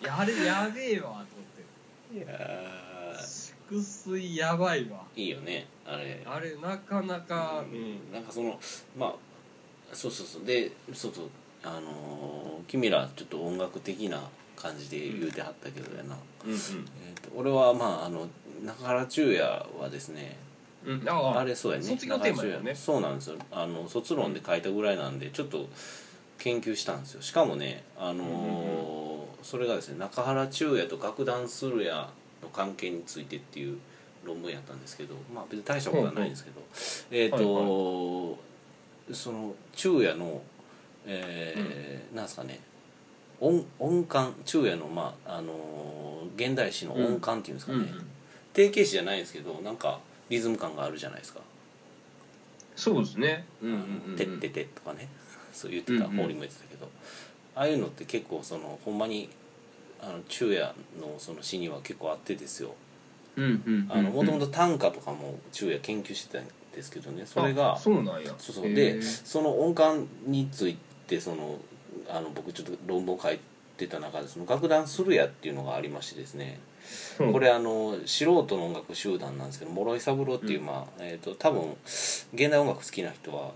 Speaker 2: いやあれやべえわと思って
Speaker 1: いや
Speaker 2: 祝水やばいわ
Speaker 1: ーいいよねあれ
Speaker 2: あれなかなか、
Speaker 1: うんなんかそのまあそうそうそうでそうそうあのー君らちょっと音楽的な感じで言うてはったけどやな、
Speaker 2: うん
Speaker 1: えーと俺はまああの中原中也はですね
Speaker 2: うんうん、あ
Speaker 1: あ
Speaker 2: あ
Speaker 1: れそうやね
Speaker 2: 卒業テーマやもんね
Speaker 1: 中原中也そうなんですよあの卒論で書いたぐらいなんでちょっと研究したんですよしかもねあのーそれがですね中原中也と楽団鶴屋の関係についてっていう論文やったんですけどまあ別に大したことはないんですけど、えっ、とその昼夜の、えーなんですかね音音感昼夜のまああのー現代詩の音感っていうんですか
Speaker 2: う
Speaker 1: ね、
Speaker 2: んうん
Speaker 1: 定型詩じゃないんですけどなんかリズム感があるじゃないですか
Speaker 2: そうですね
Speaker 1: 「
Speaker 2: うんうん
Speaker 1: あ
Speaker 2: う
Speaker 1: の
Speaker 2: ん
Speaker 1: てってて」とかねそう言ってた
Speaker 2: うんうん
Speaker 1: 方にも言ってたけど、ああいうのって結構そのほんまにあの昼夜のその詩には結構あってですよ
Speaker 2: うんうんうん
Speaker 1: もともと短歌とかも昼夜研究してたんですけどねそれ
Speaker 2: あ
Speaker 1: が
Speaker 2: そうなんや
Speaker 1: そうそ
Speaker 2: へ
Speaker 1: う
Speaker 2: え
Speaker 1: でその音感についてそのあの僕ちょっと論文を書いてた中でその楽団するやっていうのがありましてですね、
Speaker 2: うん
Speaker 1: これあの素人の音楽集団なんですけど諸井三郎っていう、
Speaker 2: うん
Speaker 1: まあえー、と多分現代音楽好きな人は、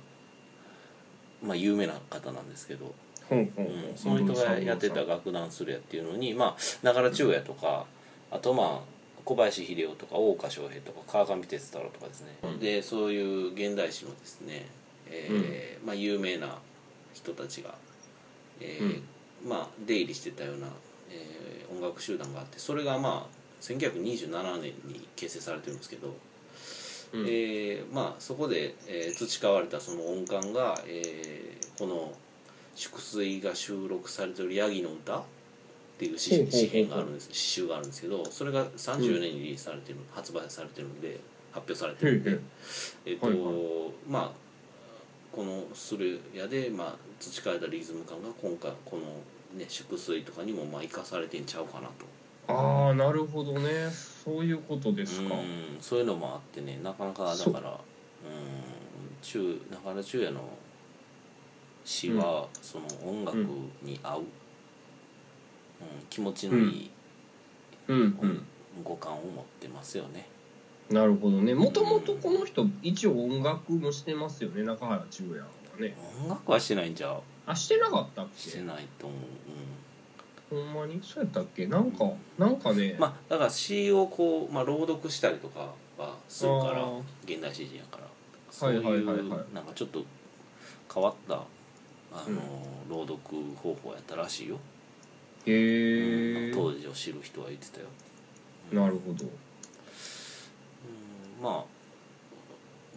Speaker 1: まあ、有名な方なんですけど、
Speaker 2: ほうほうほう
Speaker 1: うん、その人がやってた
Speaker 2: うん
Speaker 1: 楽団するやっていうのにまあ長良中也とか、あとまあ小林秀夫とか大岡翔平とか川上哲太郎とかですね、
Speaker 2: うん
Speaker 1: でそういう現代史のですね、えーまあ、有名な人たちが、えーまあ、出入りしてたような、えー音楽集団があってそれがまあ1927年に結成されてるんですけど、
Speaker 2: うん
Speaker 1: えーまあ、そこで、えー培われたその音感が、えーこの「祝水」が収録されてる「ヤギの歌」っていう詩
Speaker 2: ほうほうほう
Speaker 1: 詩編があるんです詩集があるんですけどそれが34年にリリースされてる、発売されてるので発表されて
Speaker 2: へえ
Speaker 1: る
Speaker 2: へ
Speaker 1: んで、
Speaker 2: え
Speaker 1: えっと
Speaker 2: はい
Speaker 1: まあこのスルヤで、まあ、培えたリズム感が今回この、ね、粛水とかにもまあ生かされてんちゃうかなと
Speaker 2: ああなるほどねそういうことですか
Speaker 1: うんそういうのもあってねなかなかだ
Speaker 2: そう
Speaker 1: からうん中中原中也の詩は、その音楽に合う、うん気持ちのいい
Speaker 2: うんうん
Speaker 1: 五感を持ってますよね、
Speaker 2: なるほどねもともとこの人一応音楽もしてますよね中原中也はね
Speaker 1: 音楽はしてないんじゃう
Speaker 2: あしてなかったっ
Speaker 1: して
Speaker 2: け
Speaker 1: ないと思う、
Speaker 2: ほんまにそうやったっけなんかなんかね
Speaker 1: うん、まあだから詩をこう、まあ、朗読したりとかはするから
Speaker 2: あー
Speaker 1: 現代詩人やからそうい
Speaker 2: はいうはいはいはい
Speaker 1: なんかちょっと変わったあの、朗読方法やったらしいよ、
Speaker 2: へえ
Speaker 1: うん当時を知る人は言ってたよ、
Speaker 2: なるほ
Speaker 1: う
Speaker 2: ど
Speaker 1: んま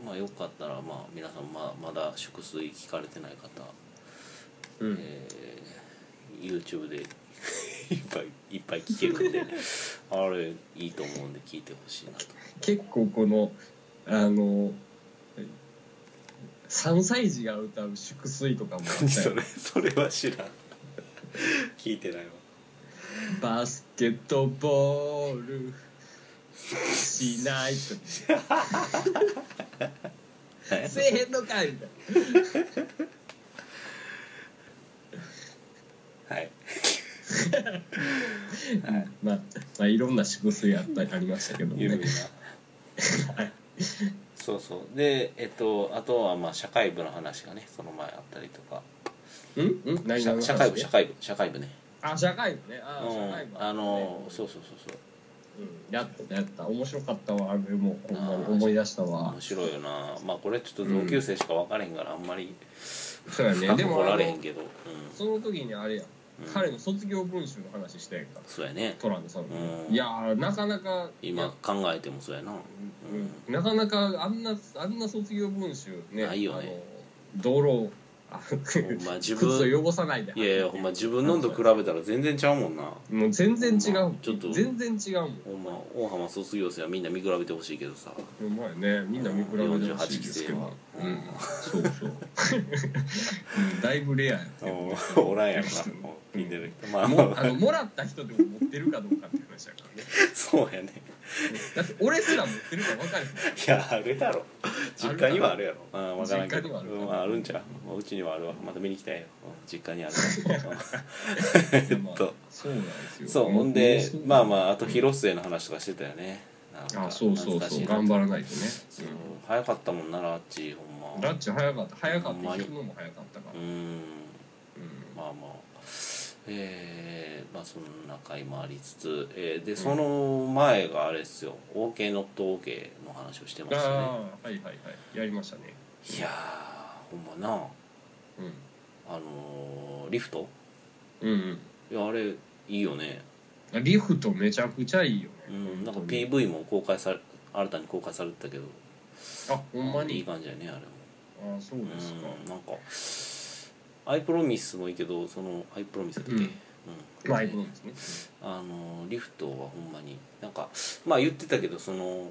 Speaker 1: あまあよかったら、まあ、皆さんままだ粛水聞かれてない方、
Speaker 2: うん
Speaker 1: えー YouTube でいっぱいいっぱい聞けるんで、 あれいいと思うんで聞いてほしいなと
Speaker 2: 結構このあの3歳児が歌う「祝水」とかもあったよ
Speaker 1: れそれは知らん聞いてないわ
Speaker 2: バスケットボールしない とせえへんのかいみたい
Speaker 1: はい
Speaker 2: な、まあ、まあいろんな祝水あったありましたけども
Speaker 1: 有名
Speaker 2: ね
Speaker 1: な そうそうでえっとあとはまあ社会部の話がねその前あったりとか
Speaker 2: うんうん何
Speaker 1: 社
Speaker 2: 々
Speaker 1: 社会部社会部社会部ね
Speaker 2: あ社会部ねあ
Speaker 1: うん
Speaker 2: 社会部、
Speaker 1: あのーそううそうそうそう
Speaker 2: うん、やったやった面白かったわあれもほんまに
Speaker 1: あー
Speaker 2: 思い出したわ
Speaker 1: 面白いよなまあこれちょっと同級生しか分かれへんから、あんまり
Speaker 2: そうやね
Speaker 1: 深
Speaker 2: で
Speaker 1: く
Speaker 2: も
Speaker 1: 掘
Speaker 2: あ
Speaker 1: ら
Speaker 2: の
Speaker 1: れへんけど、うん
Speaker 2: その時にあれや
Speaker 1: うん
Speaker 2: 彼の卒業文集の話したやんか
Speaker 1: そうやね
Speaker 2: トランドさんの
Speaker 1: うん
Speaker 2: いやーなかなか
Speaker 1: 今考えてもそうやな
Speaker 2: うんなかなかあんなあんな卒業文集ね
Speaker 1: ないよね
Speaker 2: あの道路あ
Speaker 1: んま自
Speaker 2: 靴
Speaker 1: 分
Speaker 2: を汚さないで
Speaker 1: いやいやほんま自分のんと比べたら全然ちゃうもんな
Speaker 2: もう全然違
Speaker 1: ほん
Speaker 2: う
Speaker 1: まちょっと
Speaker 2: 全然違うもん
Speaker 1: ほんま大浜卒業生はみんな見比べてほしいけどさ
Speaker 2: うまいねみんな見比べてほしいですけど
Speaker 1: 48期生
Speaker 2: うんそうそううんだいぶレアや
Speaker 1: おらんやろな
Speaker 2: うん
Speaker 1: 聞いてる人まあ
Speaker 2: もあのもらった人でも持ってるかどうかっていう話やからね
Speaker 1: そうやね
Speaker 2: だって俺すら持ってるか分かる
Speaker 1: いやあるだろ実家にはあるやろああ分からんけ
Speaker 2: 実家に
Speaker 1: ど
Speaker 2: はあるかな
Speaker 1: うんあるんちゃうまあうちにはあるわまた見に来たいようん実家にある わ
Speaker 2: え
Speaker 1: っと
Speaker 2: そうなんですよ
Speaker 1: そうほんでまあま
Speaker 2: あ
Speaker 1: ああと広末の話とかしてたよねなんか
Speaker 2: あそうそ
Speaker 1: 懐
Speaker 2: う
Speaker 1: か
Speaker 2: そ
Speaker 1: しいうなと
Speaker 2: 頑張らないとね
Speaker 1: そう早かったもんなラッチほんま
Speaker 2: ラッチ早かった早かっ
Speaker 1: ほん
Speaker 2: た
Speaker 1: まに
Speaker 2: 聞くのも早かったか
Speaker 1: う
Speaker 2: ら
Speaker 1: ん
Speaker 2: う
Speaker 1: まあまあえー、まあそんな回もありつつ、えーでその前があれですよ OK ノット OK の話をしてま
Speaker 2: んあ
Speaker 1: したね
Speaker 2: あはいはいはいやりましたね
Speaker 1: いやーほんまな
Speaker 2: う
Speaker 1: あのーリフト
Speaker 2: んうん
Speaker 1: いやあれいいよね、
Speaker 2: うんリフトめちゃくちゃいいよね
Speaker 1: うん、なんか
Speaker 2: 本当に
Speaker 1: PV も公開され新たに公開されてたけど
Speaker 2: あほんま
Speaker 1: いい
Speaker 2: に
Speaker 1: 感じだよねあれも
Speaker 2: あそう
Speaker 1: う
Speaker 2: ですか
Speaker 1: んなんかアイプロミスもいいけどそのアイプロミスだっけ、
Speaker 2: うん
Speaker 1: うん
Speaker 2: まあいいことですね
Speaker 1: あのリフトはほんまになんかまあ言ってたけどその、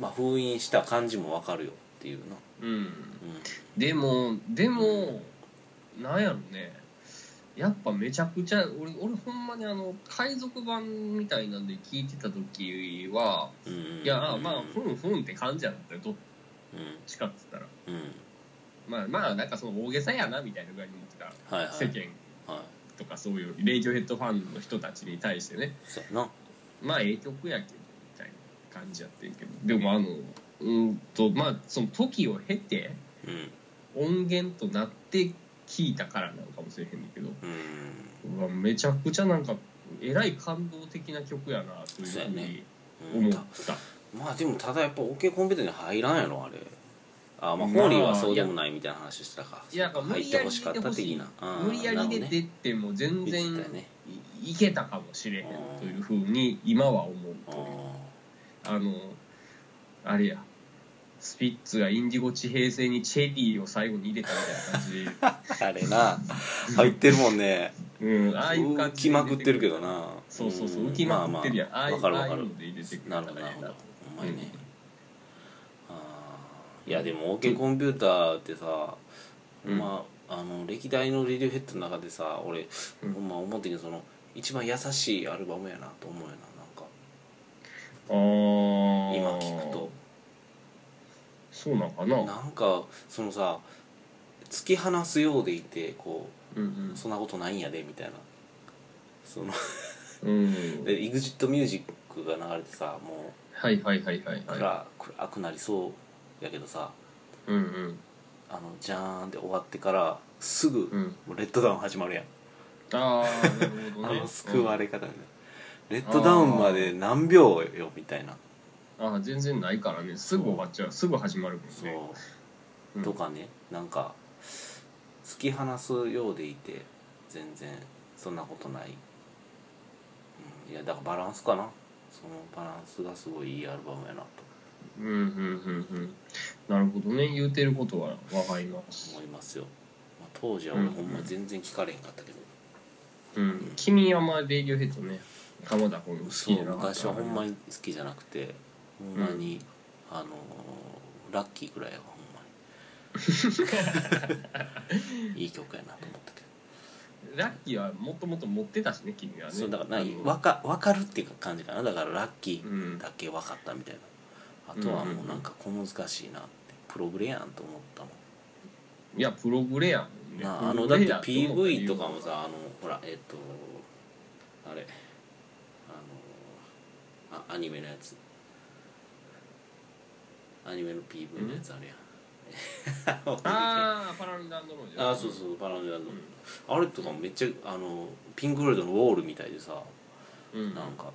Speaker 1: まあ、封印した感じもわかるよっていうな、
Speaker 2: うん
Speaker 1: う
Speaker 2: でもでもなんやろねやっぱめちゃくちゃ俺俺ほんまにあの海賊版みたいなんで聞いてた時は
Speaker 1: んうん、
Speaker 2: いやあまあ
Speaker 1: うん
Speaker 2: ふんふんって感じやったよどっちかっつったら
Speaker 1: うん、うん、
Speaker 2: まあまあなんかその大げさやなみたいなぐらいに思ってた
Speaker 1: はいはい
Speaker 2: 世間
Speaker 1: はい
Speaker 2: とかそういうレイジオヘッドファンの人たちに対してね
Speaker 1: そうやな
Speaker 2: まあええ曲やけどみたいな感じやってんけどでもあのうーんとまあその時を経て
Speaker 1: うん
Speaker 2: 音源となって聞いたからなのかもしれへんねんけど
Speaker 1: うん
Speaker 2: うわめちゃくちゃなんかえらい感動的な曲やなという
Speaker 1: そうや
Speaker 2: ふう
Speaker 1: ね
Speaker 2: に
Speaker 1: う
Speaker 2: 思
Speaker 1: ん
Speaker 2: った、
Speaker 1: まあでもただやっぱ OK コンペテに入らんやろあれあまあホーリーはそうでもないみたいな話してたか
Speaker 2: いやなんか無
Speaker 1: 入っ
Speaker 2: 理や
Speaker 1: て
Speaker 2: り
Speaker 1: ほしかった的なあー
Speaker 2: 無理やり
Speaker 1: な
Speaker 2: で
Speaker 1: るほど
Speaker 2: 出ても全
Speaker 1: 言
Speaker 2: 然
Speaker 1: ってたよね
Speaker 2: いいけたかもしれへんというふうに今は思う
Speaker 1: あ
Speaker 2: というあのあれやスピッツがインディゴ地平線にチェリーを最後に入れたみたいな感
Speaker 1: ーあれな入ってるもんね
Speaker 2: じ、うん、ああいう感
Speaker 1: 浮
Speaker 2: じ
Speaker 1: きまくってるけどな
Speaker 2: そうそうそうん浮きまくってるやん、
Speaker 1: まあまあ
Speaker 2: ああいう
Speaker 1: わかるわか
Speaker 2: ああい
Speaker 1: る
Speaker 2: うので入れてくれ
Speaker 1: な
Speaker 2: た
Speaker 1: るほど
Speaker 2: ら
Speaker 1: なるほ
Speaker 2: ええ
Speaker 1: ど
Speaker 2: なと
Speaker 1: ほんまにねあいやでも OK コンピューターってさ、
Speaker 2: うん
Speaker 1: まああの歴代のレディオヘッドの中でさ俺、
Speaker 2: うん
Speaker 1: ほんま思ってんけどその一番優しいアルバムやなと思うよななんか
Speaker 2: あー
Speaker 1: 今聞くと
Speaker 2: そうなんかな
Speaker 1: なんかそのさ突き放すようでいてこ
Speaker 2: うん
Speaker 1: うそんなことないんやでみたいなその
Speaker 2: うんうん
Speaker 1: で EXIT ミュージックが流れてさも
Speaker 2: はいはいはいはいう
Speaker 1: 暗,、
Speaker 2: は
Speaker 1: 暗くなりそうやけどさ
Speaker 2: いうんうん
Speaker 1: あのジャーンって終わってからすぐ、
Speaker 2: うん
Speaker 1: もうレッドダウン始まるやん
Speaker 2: ああなるほど
Speaker 1: あ
Speaker 2: ね
Speaker 1: の救われ方ね、レッドダウンまで何秒よみたいな
Speaker 2: うんあー全然ないからねすぐ終わっちゃうすぐ始まるもんね
Speaker 1: そう、
Speaker 2: うん
Speaker 1: とかねなんか突き放すようでいて全然そんなことない、うん、いやだからバランスかなそのバランスがすごいいいアルバムやなと
Speaker 2: うんうんうんうんなるほどね言うてることはわかります
Speaker 1: 思いますよ、まあ、当時は俺
Speaker 2: うん
Speaker 1: ほんま全然聞かれへんかったけど、
Speaker 2: うん君はまあレイディオヘッドね鎌田君好
Speaker 1: そ
Speaker 2: き
Speaker 1: う
Speaker 2: でなかった
Speaker 1: 昔はほんまに好きじゃなくてほんまに、あのーラッキーぐらいはほん まにいい曲やなと思ったけど、
Speaker 2: ラッキーはもともと持ってたしね君はね
Speaker 1: そうだから
Speaker 2: あ
Speaker 1: 何
Speaker 2: の
Speaker 1: わか分かるっていう感じかなだからラッキ
Speaker 2: う
Speaker 1: ー
Speaker 2: ん
Speaker 1: だけ分かったみたいな、あとはもうなんか小難しいなってプログレやんと思ったもん
Speaker 2: いやプログレやもんね
Speaker 1: なあ
Speaker 2: プ
Speaker 1: あ
Speaker 2: ロ
Speaker 1: の
Speaker 2: グ
Speaker 1: だっ
Speaker 2: レ
Speaker 1: て
Speaker 2: やと思った理
Speaker 1: PV
Speaker 2: 由
Speaker 1: と
Speaker 2: は
Speaker 1: かもさあのほらえっ、とあれあのあアニメのやつアニメの PV のやつあるや ん
Speaker 2: ああパラミダンドローじゃん
Speaker 1: あそうそうパラメラの、
Speaker 2: ん
Speaker 1: あれとかもめっちゃあのピンクフロイドのウォールみたいでさ
Speaker 2: うん
Speaker 1: なんか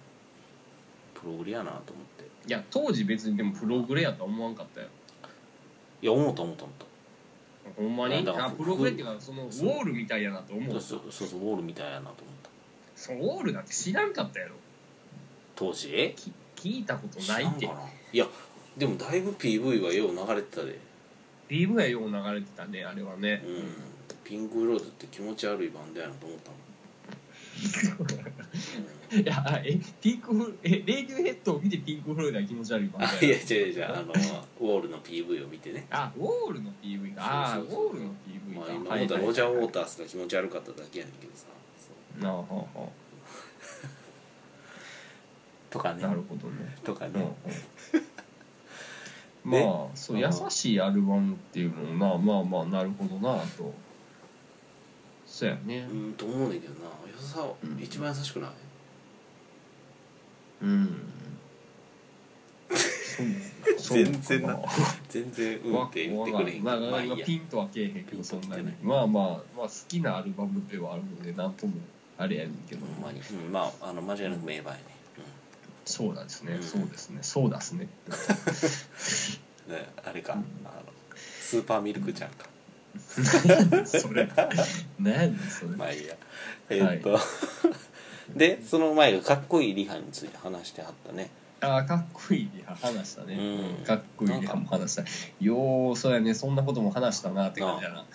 Speaker 1: プログレやなと思って
Speaker 2: いや当時別にでもプログレやとは思わんかったよ
Speaker 1: いや思った思った思った
Speaker 2: ほんまに
Speaker 1: いやだから
Speaker 2: あプログレっていうかそのウォールみたいやなと思
Speaker 1: そううそうそうウォールみたいやなと思った
Speaker 2: そのウォールなんて知らんかったやろ
Speaker 1: 当時
Speaker 2: き聞いたこと
Speaker 1: 知
Speaker 2: ない
Speaker 1: らん
Speaker 2: っ
Speaker 1: か
Speaker 2: て
Speaker 1: いやでもだいぶ PV はよう流れてたで
Speaker 2: PV はよう流れてたねあれはね
Speaker 1: うん、ピンクフロイドって気持ち悪いバンドやなと思ったもん、
Speaker 2: いやえピンクフえレイディオヘッドを見てピンクフロイドは気持ち悪いもんね
Speaker 1: あいや違う違うあのウォールの PV を見てね、
Speaker 2: あウォールの PV かああ
Speaker 1: そ
Speaker 2: ウ
Speaker 1: うそうそう
Speaker 2: ォールの PV
Speaker 1: ま
Speaker 2: か
Speaker 1: あ、今
Speaker 2: は
Speaker 1: 思
Speaker 2: い
Speaker 1: ったら
Speaker 2: はい
Speaker 1: ロジャー・ウォータースが気持ち悪かっただけやねんけどさそう
Speaker 2: なあほうほ
Speaker 1: とか
Speaker 2: う
Speaker 1: ね
Speaker 2: なるほどね
Speaker 1: と かね、
Speaker 2: うんうんまあそう
Speaker 1: あ
Speaker 2: 優
Speaker 1: の
Speaker 2: しいアルバムっていうのもなまあまあなるほどなとそうやね
Speaker 1: うん、と思うねんだけどな優しさ
Speaker 2: うん
Speaker 1: 一番優しくない、
Speaker 2: うんそ う
Speaker 1: 全然な
Speaker 2: そうか
Speaker 1: 全然うんって言ってくれへん
Speaker 2: ま
Speaker 1: か
Speaker 2: あ、
Speaker 1: らまあいいや
Speaker 2: ピンとはけえへんけどそんな
Speaker 1: ピンとは来てな
Speaker 2: に
Speaker 1: い
Speaker 2: まあまあまあ好きなアルバムではあるのでなんともあれやねんけど、
Speaker 1: ほんまに、うん、まああの間違いなく名場やね、
Speaker 2: そうなんですね、
Speaker 1: うん
Speaker 2: そうですねそうですね
Speaker 1: うんねあれか、
Speaker 2: うん
Speaker 1: あのスーパーミルクちゃんか、
Speaker 2: それ何やねんそれ、
Speaker 1: まあいいやえーっと、でその前がかっこいいリハについて話してはったね
Speaker 2: ああかっこいいリハ話したね、
Speaker 1: うん
Speaker 2: かっこいいリハも話したようそうやねそんなことも話したなって感じやな、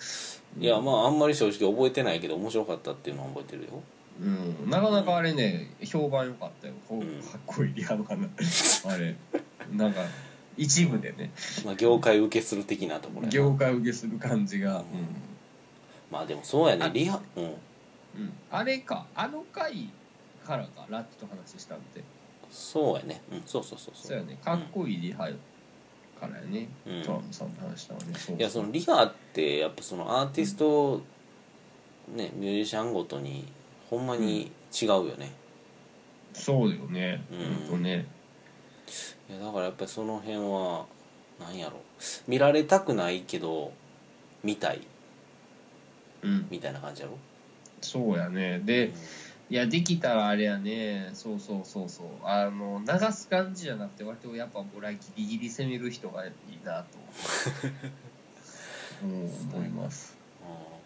Speaker 1: いやまああんまり正直覚えてないけど面白かったっていうのは覚えてるよ
Speaker 2: うん、なかなかあれね評判良かったよこう
Speaker 1: うん
Speaker 2: かっこいいリハの話あれなんか一部でね
Speaker 1: まあ業界受けする的なところやな
Speaker 2: 業界受けする感じが、
Speaker 1: まあでもそうや
Speaker 2: あ
Speaker 1: ねリハうん
Speaker 2: うんあれかあの回からかラッチと話したんで
Speaker 1: そうやねうんそうそうそう
Speaker 2: そう
Speaker 1: そう
Speaker 2: やねかっこいいリハからやね、
Speaker 1: うん
Speaker 2: トラムさんと話したわねそう
Speaker 1: いやそのリハってやっぱそのアーティスト、ねミュージシャンごとにほんまに違うよね、
Speaker 2: そうだよね
Speaker 1: うん
Speaker 2: ほんとね
Speaker 1: いやだからやっぱりその辺はなんやろ見られたくないけど見たい
Speaker 2: うん
Speaker 1: みたいな感じやろ、
Speaker 2: そうやね
Speaker 1: う
Speaker 2: で
Speaker 1: ん
Speaker 2: いやできたらあれやねそうそうそうそうあの流す感じじゃなくて割とやっぱ俺はギリギリ攻める人がいい なとうん思います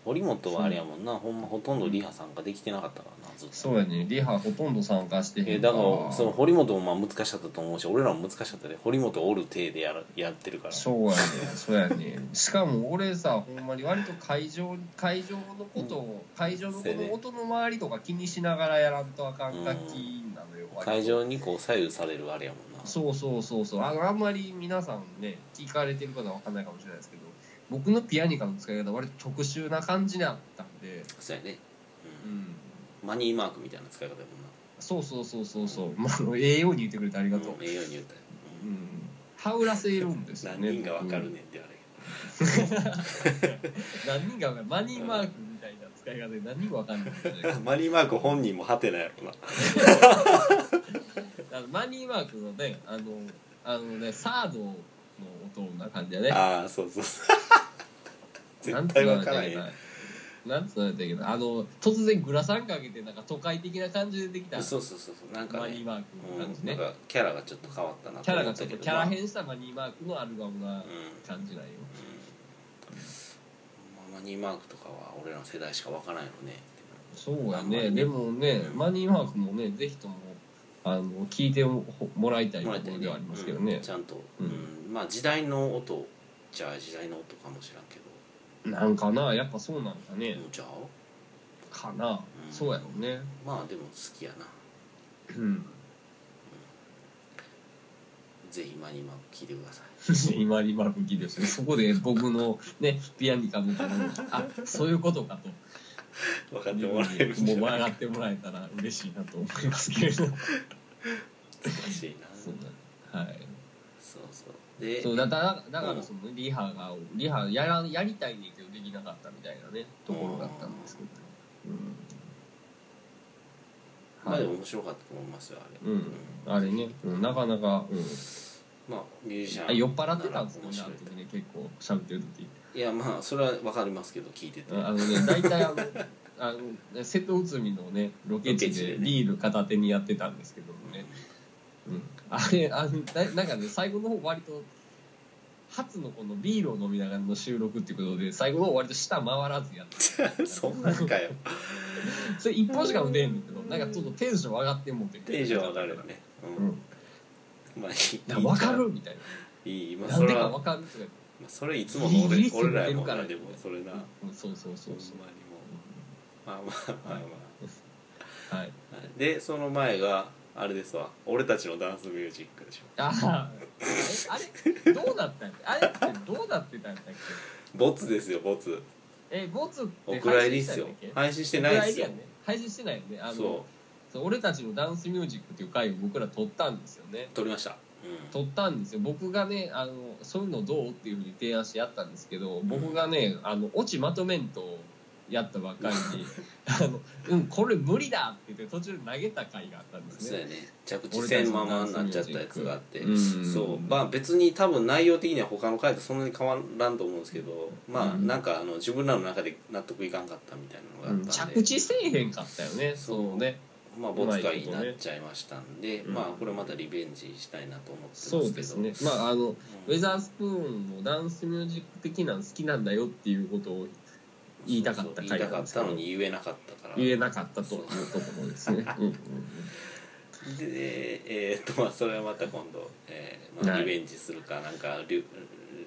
Speaker 1: 堀本はあれやもんなほんまほとんどリハ参加できてなかったからなずっと
Speaker 2: そうやねリハほとんど参加してへ
Speaker 1: え
Speaker 2: ん
Speaker 1: だからその堀本もまあ難しかったと思うし俺らも難しかったで堀本おる体でやるやってるから
Speaker 2: そうやねそうやねしかも俺さほんまに割と会場会場のことを会場のこ
Speaker 1: そうやね
Speaker 2: の音の周りとか気にしながらやらんとあかん楽器なのよ割と
Speaker 1: 会場にこう左右されるあれやもんな
Speaker 2: そうそうそうそうあのあんまり皆さんね聞かれてる方は分かんないかもしれないですけど僕のピアニカの使い方割と特殊な感じだったんで、
Speaker 1: そうやね、
Speaker 2: う
Speaker 1: うん
Speaker 2: ん、
Speaker 1: マニーマークみたいな使い方やもんな
Speaker 2: そうそうそうそうそう、まあ、栄養に言ってくれてありがとう、
Speaker 1: ん栄養に言ったよ、
Speaker 2: う
Speaker 1: うん
Speaker 2: ん、羽裏せるんですよね
Speaker 1: 何人がわかるねんってあれ
Speaker 2: 何人が分かるマニーマークみたいな使い方で何人が分かんないですね
Speaker 1: マニーマーク本人もハテナやろな
Speaker 2: あのマニーマークのねあのあのねサードの音な感じだね
Speaker 1: ああそうそう そう
Speaker 2: なん
Speaker 1: 絶
Speaker 2: つ
Speaker 1: 対
Speaker 2: うの
Speaker 1: わからへん
Speaker 2: なんつうのやったっけなあの突然グラサンかけてなんか都会的な感じでできた
Speaker 1: そうそうそうそうなんか
Speaker 2: マ
Speaker 1: ね
Speaker 2: ニーマークの感
Speaker 1: う
Speaker 2: じ
Speaker 1: ん、な
Speaker 2: ね
Speaker 1: んかキャラがちょっと変わったな
Speaker 2: キャラがちょ
Speaker 1: た
Speaker 2: っ
Speaker 1: け
Speaker 2: と
Speaker 1: ど
Speaker 2: キャラ
Speaker 1: まあ
Speaker 2: 変したマニーマークのアルバムな
Speaker 1: うん
Speaker 2: 感じなんよ
Speaker 1: まあマニーマークとかは俺らの世代しかわからんよね
Speaker 2: そうや
Speaker 1: あんまり
Speaker 2: ね
Speaker 1: ね
Speaker 2: でもね
Speaker 1: うん
Speaker 2: マニーマークもねぜひともあの聞いてももらいたいと
Speaker 1: も
Speaker 2: こ
Speaker 1: らいたいね
Speaker 2: ろではありますけどね
Speaker 1: うんちゃんと、
Speaker 2: う
Speaker 1: うんんまあ時代の音じゃあ時代の音かもしらんけど
Speaker 2: なんかなやっぱそうなんだね
Speaker 1: うんじゃあ
Speaker 2: かな
Speaker 1: うん
Speaker 2: そうやろうね
Speaker 1: まあでも好きやな
Speaker 2: うん
Speaker 1: ぜひマニーマーク聞いてください
Speaker 2: 今に丸聞いてですねそこで僕のねピアニカのこのあそういうことかと
Speaker 1: 分
Speaker 2: もう
Speaker 1: じゃ
Speaker 2: 上
Speaker 1: ない
Speaker 2: がってもらえたら嬉しいなと思いますけれども
Speaker 1: 難しいな
Speaker 2: そ
Speaker 1: そう
Speaker 2: うだはい
Speaker 1: そうで
Speaker 2: そうだからだからそのリハがリハやらやりたいねんけどできなかったみたいなねところだったんですけど、うん
Speaker 1: まあでも
Speaker 2: はい
Speaker 1: 面白かったと思いますよあれ
Speaker 2: うんあれね、うん、なかなか、うん
Speaker 1: まあミュージシャン
Speaker 2: あ酔っ払ってたんですよ
Speaker 1: 面
Speaker 2: ねあ
Speaker 1: 白い
Speaker 2: の時ね結構喋ってる時
Speaker 1: いやまあそれは分かりますけど聞いてて
Speaker 2: あのね大体あのあの瀬戸内海のねロケ地
Speaker 1: ロケ地
Speaker 2: で
Speaker 1: でね
Speaker 2: ビール片手にやってたんですけどもね、うん、あれあのだなんかね最後の方割と初のこのビールを飲みながらの収録っていうことで最後の方割と舌回らずやっ て
Speaker 1: そんなんかよ
Speaker 2: それ一本しか飲んでへんねんけどなんかちょっとテンション上がってんもんって
Speaker 1: テンション上がるよね
Speaker 2: う
Speaker 1: うんんまあい
Speaker 2: ないんか分かるみたい
Speaker 1: いいま
Speaker 2: な
Speaker 1: あ
Speaker 2: な
Speaker 1: そ
Speaker 2: んで
Speaker 1: れ
Speaker 2: か
Speaker 1: はま
Speaker 2: 分かるとか言って
Speaker 1: あそれいつもの
Speaker 2: ギリギ
Speaker 1: 俺
Speaker 2: リ
Speaker 1: 俺らやもんな
Speaker 2: 攻めて
Speaker 1: で
Speaker 2: るか
Speaker 1: も
Speaker 2: ら
Speaker 1: それな
Speaker 2: うんそうそうそうそ
Speaker 1: ほんまにも
Speaker 2: う
Speaker 1: うまあまあまあま
Speaker 2: はい
Speaker 1: あはいでその前があれですわ俺たちのダンスミュージックでしょ
Speaker 2: あああれどうだったんやあれってどうなってたんだっけ
Speaker 1: ボツですよボツ
Speaker 2: えボツって
Speaker 1: お
Speaker 2: 配
Speaker 1: 蔵入り
Speaker 2: 信
Speaker 1: っ
Speaker 2: し
Speaker 1: す
Speaker 2: たんだ
Speaker 1: よ
Speaker 2: っけ
Speaker 1: 配信してないっすよ
Speaker 2: お蔵入りやね配信してないよねあの
Speaker 1: そ
Speaker 2: そう俺たちのダンスミュージックっていう回を僕ら撮ったんですよね
Speaker 1: う撮りましたうん
Speaker 2: 撮ったんですよ僕がねあのそういうのどうっていうふうに提案してやったんですけど僕がねあのオチまとめんとやったばっかり に「あのうんこれ無理だ!」って言って途中で投げた回があったんです
Speaker 1: そうや
Speaker 2: ね。
Speaker 1: ね着地せんままになっちゃったやつがあって
Speaker 2: うん
Speaker 1: そうまあ別に多分内容的には他の回とそんなに変わらんと思うんですけどまあ
Speaker 2: うん
Speaker 1: なんかあの自分らの中で納得いかんかったみたいな
Speaker 2: う
Speaker 1: の
Speaker 2: ん
Speaker 1: があったんで、
Speaker 2: 着地せえへんかったよね、
Speaker 1: そう
Speaker 2: そうね、
Speaker 1: まあボツ回になっちゃいましたんで、
Speaker 2: うん
Speaker 1: まあこれまたリベンジしたいなと思ってますけ
Speaker 2: そ
Speaker 1: ど
Speaker 2: うですね、まああの、ウ
Speaker 1: うん
Speaker 2: ェザースプーンのダンスミュージック的なの好きなんだよっていうことを言いたかった
Speaker 1: そうそう言い
Speaker 2: 回
Speaker 1: た
Speaker 2: な
Speaker 1: か
Speaker 2: ん
Speaker 1: っ
Speaker 2: ですけど
Speaker 1: たのに言えなかったから
Speaker 2: 言えなかったというところで すね。うんうん
Speaker 1: でえーっとまあそれはまた今度、えーまあ、
Speaker 2: はい
Speaker 1: リベンジするかなんかリュ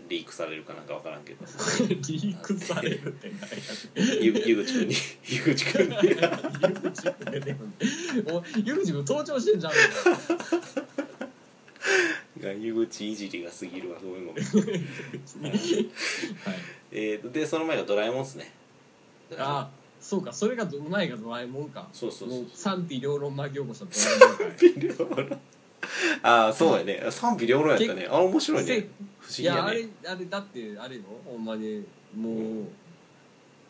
Speaker 1: リークされるかなんかわからんけど
Speaker 2: うん、リークされるって何
Speaker 1: ゆゆぐちくんに ゆぐちくんに
Speaker 2: やねん。ゆぐじくん出てくる。おゆぐじくん登場してんじゃん。
Speaker 1: が湯口いじりが過ぎるわごめんごめん
Speaker 2: はい。
Speaker 1: えーとでその前がドラえもんっすねドラえもん
Speaker 2: あ、そうか。それがどうまいがドラえもんか。
Speaker 1: そうそうそう
Speaker 2: もう賛否両論巻き起こしたドラえも
Speaker 1: 微量
Speaker 2: んかい。
Speaker 1: のああそうやね賛否両論やったねあ面白いね不思
Speaker 2: い
Speaker 1: 議や
Speaker 2: やあ
Speaker 1: ね
Speaker 2: れあれだってあれよほんまにもう、
Speaker 1: う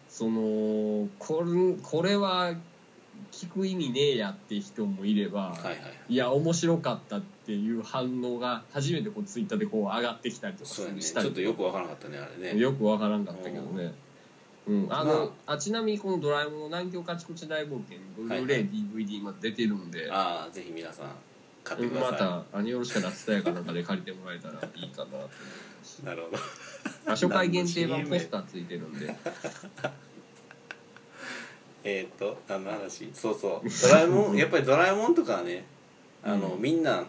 Speaker 2: そのこれこれは聞く意味ねえやって人もいれば、
Speaker 1: はいはい
Speaker 2: い、や面白かったっていう反応が初めてこうツイッターでこう上がってきたりとか
Speaker 1: そうやね
Speaker 2: し
Speaker 1: ち
Speaker 2: た
Speaker 1: ょ
Speaker 2: り
Speaker 1: っとよくわからなかったねあれね
Speaker 2: よくわからんかったけどね、うんあのあちなみにこの「ドラえもんの南極カチコチ大冒険」ブルーレイ、
Speaker 1: はい
Speaker 2: DVD まで出てるんで
Speaker 1: ああぜひ皆さん買ってください
Speaker 2: またあのよろしかったら伝えかなんかで借りてもらえたらいいかなと思います
Speaker 1: なるほど
Speaker 2: あ初回限定版ポスターついてるんで
Speaker 1: えっ、と何の話そうそう ドラえもんやっぱりドラえもんとかはねあの、
Speaker 2: うん
Speaker 1: みんな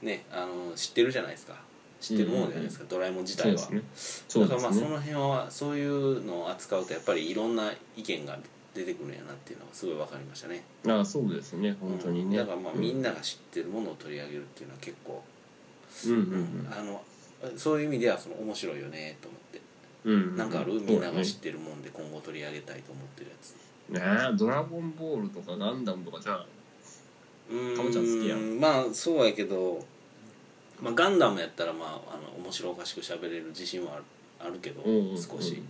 Speaker 1: ねあの知ってるじゃないですか知ってるものじゃないですか、ドラえもん自体は
Speaker 2: そうですねそう
Speaker 1: だ
Speaker 2: で
Speaker 1: からまあ
Speaker 2: す
Speaker 1: そ
Speaker 2: ね
Speaker 1: の辺はそういうのを扱うとやっぱりいろんな意見が出てくるんやなっていうのがすごい分かりましたね
Speaker 2: ああそうですね本当にね、
Speaker 1: だからまあみんなが知ってるものを取り上げるっていうのは結構、
Speaker 2: うんうん
Speaker 1: あのそういう意味ではその面白いよねと思って、
Speaker 2: うんうん
Speaker 1: なんかある
Speaker 2: そう
Speaker 1: みんな
Speaker 2: だ
Speaker 1: が
Speaker 2: ね
Speaker 1: 知ってるもんで今後取り上げたいと思ってるやつ
Speaker 2: ねえドラゴンボールとかガンダムとかじゃあ
Speaker 1: うー
Speaker 2: かぼちゃん好きやん
Speaker 1: まあそうやけど、まあ、ガンダムやったらまああの面白おかしく喋れる自信はあるあるけど、
Speaker 2: うんうんうん
Speaker 1: 少し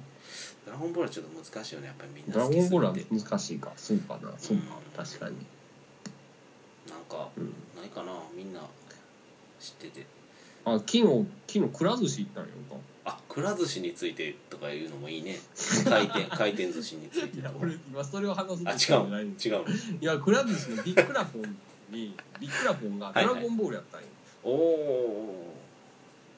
Speaker 1: ドラゴンボールはちょっと難しいよねやっぱりみん
Speaker 2: ド
Speaker 1: な
Speaker 2: ラ
Speaker 1: 好
Speaker 2: ゴ
Speaker 1: き
Speaker 2: ン
Speaker 1: す
Speaker 2: ボール
Speaker 1: ぎ
Speaker 2: は
Speaker 1: て
Speaker 2: 難しいかそうかなそうか確かに
Speaker 1: なんか
Speaker 2: うん
Speaker 1: ないかなみんな知ってて
Speaker 2: あ昨日昨日くら寿司行ったんよか
Speaker 1: あくら寿司についてとかいうのもいいね回 転回転寿司について
Speaker 2: い
Speaker 1: と
Speaker 2: や
Speaker 1: か
Speaker 2: 俺今それを話す
Speaker 1: あ
Speaker 2: と
Speaker 1: 違うの
Speaker 2: な
Speaker 1: 違
Speaker 2: いうの
Speaker 1: の
Speaker 2: いやくら寿司のビッグラフォンに ビッグラフォンがドラゴンボールやったんよ、
Speaker 1: おお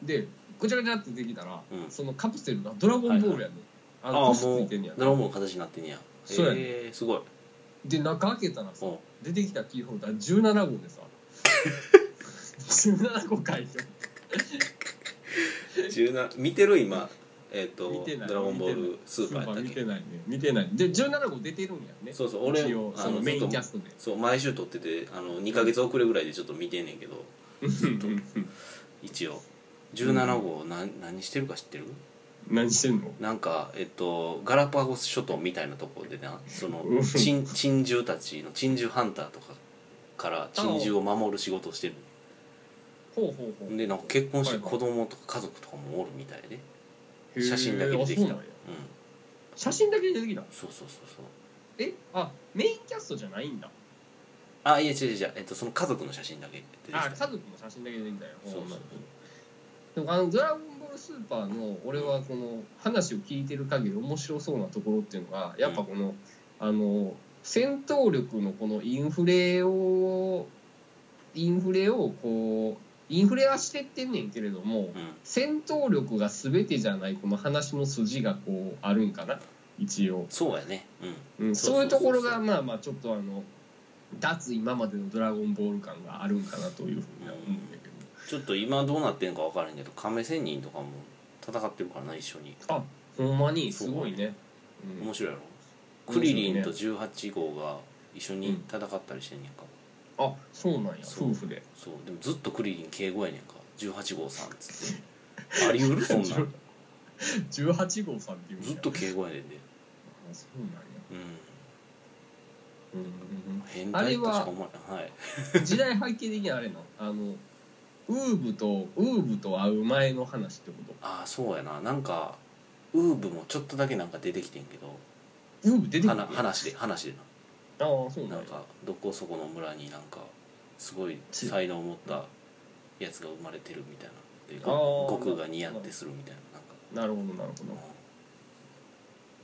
Speaker 2: でごちゃごちゃってできたら、
Speaker 1: うん
Speaker 2: そのカプセルがドラゴンボールやねん、
Speaker 1: あ
Speaker 2: あの
Speaker 1: あ
Speaker 2: 星つ
Speaker 1: も
Speaker 2: いうてんねや
Speaker 1: ドラゴンボールの形になってんねや
Speaker 2: そうやね
Speaker 1: えー、すごい
Speaker 2: で中開けたらさ
Speaker 1: おう
Speaker 2: 出てきたキーホルダー17号 でさ17個書いて
Speaker 1: 17見てる今えっ、と
Speaker 2: 見てない
Speaker 1: ドラゴンボールスーパーやったっ
Speaker 2: 見
Speaker 1: け
Speaker 2: てないね見てないで17号出てるんやね
Speaker 1: そうそう俺
Speaker 2: 一応その
Speaker 1: あの
Speaker 2: メインキャストで
Speaker 1: そう毎週撮っててあの2ヶ月遅れぐらいでちょっと見てんねんけど
Speaker 2: うんうんうん
Speaker 1: 一応17号な、何してるか知ってる
Speaker 2: 何してんの
Speaker 1: なんかえっとガラパゴス諸島みたいなところでなその
Speaker 2: うん
Speaker 1: 珍珍獣たちの珍獣ハンターとかから珍獣を守る仕事をしてる
Speaker 2: ほうほうほうん
Speaker 1: でなんか結婚して
Speaker 2: はいはい
Speaker 1: 子供とか家族とかもおるみたいで
Speaker 2: へー
Speaker 1: 写真だけ出てきたうん
Speaker 2: あそうなんや写真だけ出てきた
Speaker 1: そうそうそうそう
Speaker 2: えあメインキャストじゃないんだ
Speaker 1: あいや違う違う違う、えっと、その家族の写真だけ出てきた
Speaker 2: あ家族の写真だけ出てきたよ
Speaker 1: そうそうそう
Speaker 2: でもあの「ドラゴンボールスーパー」の俺はこの話を聞いてる限り面白そうなところっていうのがやっぱこの、あの戦闘力のこのインフレをインフレをこうインフレはしてってんねんけれども
Speaker 1: うん
Speaker 2: 戦闘力が全てじゃないこの話の筋がこうあるんかな一応、
Speaker 1: そうやねうん
Speaker 2: うん、
Speaker 1: そうそう
Speaker 2: そ
Speaker 1: そう
Speaker 2: ういうところがまあまあちょっとあの脱今までの「ドラゴンボール」感があるんかなというふうには思うんだけど。
Speaker 1: ちょっと今どうなってんか分からへんけど亀仙人とかも戦ってるからな一緒に
Speaker 2: あほんまにすごいね、
Speaker 1: 面白いやろ
Speaker 2: うん
Speaker 1: クリリンと18号が一緒に戦ったりしてんねんか、
Speaker 2: あそうなんや
Speaker 1: そう
Speaker 2: 夫婦で
Speaker 1: そうでもずっとクリリン敬語やねんか18号さんっつってありうるそん なん
Speaker 2: 18号さんっていうんや
Speaker 1: ずっと敬語やねんで
Speaker 2: あそうなんや、
Speaker 1: うん
Speaker 2: うんうん
Speaker 1: 変態としか思わないはい
Speaker 2: うん、時代背景的にあれなあの ウーブとウーブと会う前の話ってこ
Speaker 1: ああそうやななんかウーブもちょっとだけなんか出てきてんけど
Speaker 2: とウーブ出てきた
Speaker 1: はな話で話で
Speaker 2: ああそう
Speaker 1: なな
Speaker 2: な
Speaker 1: んん
Speaker 2: や
Speaker 1: かどこそこの村になんかすごい才能を持ったやつが生まれてるみたいなで
Speaker 2: あー
Speaker 1: 悟空が似合ってするみたいななんか
Speaker 2: なるほどなるほ
Speaker 1: うん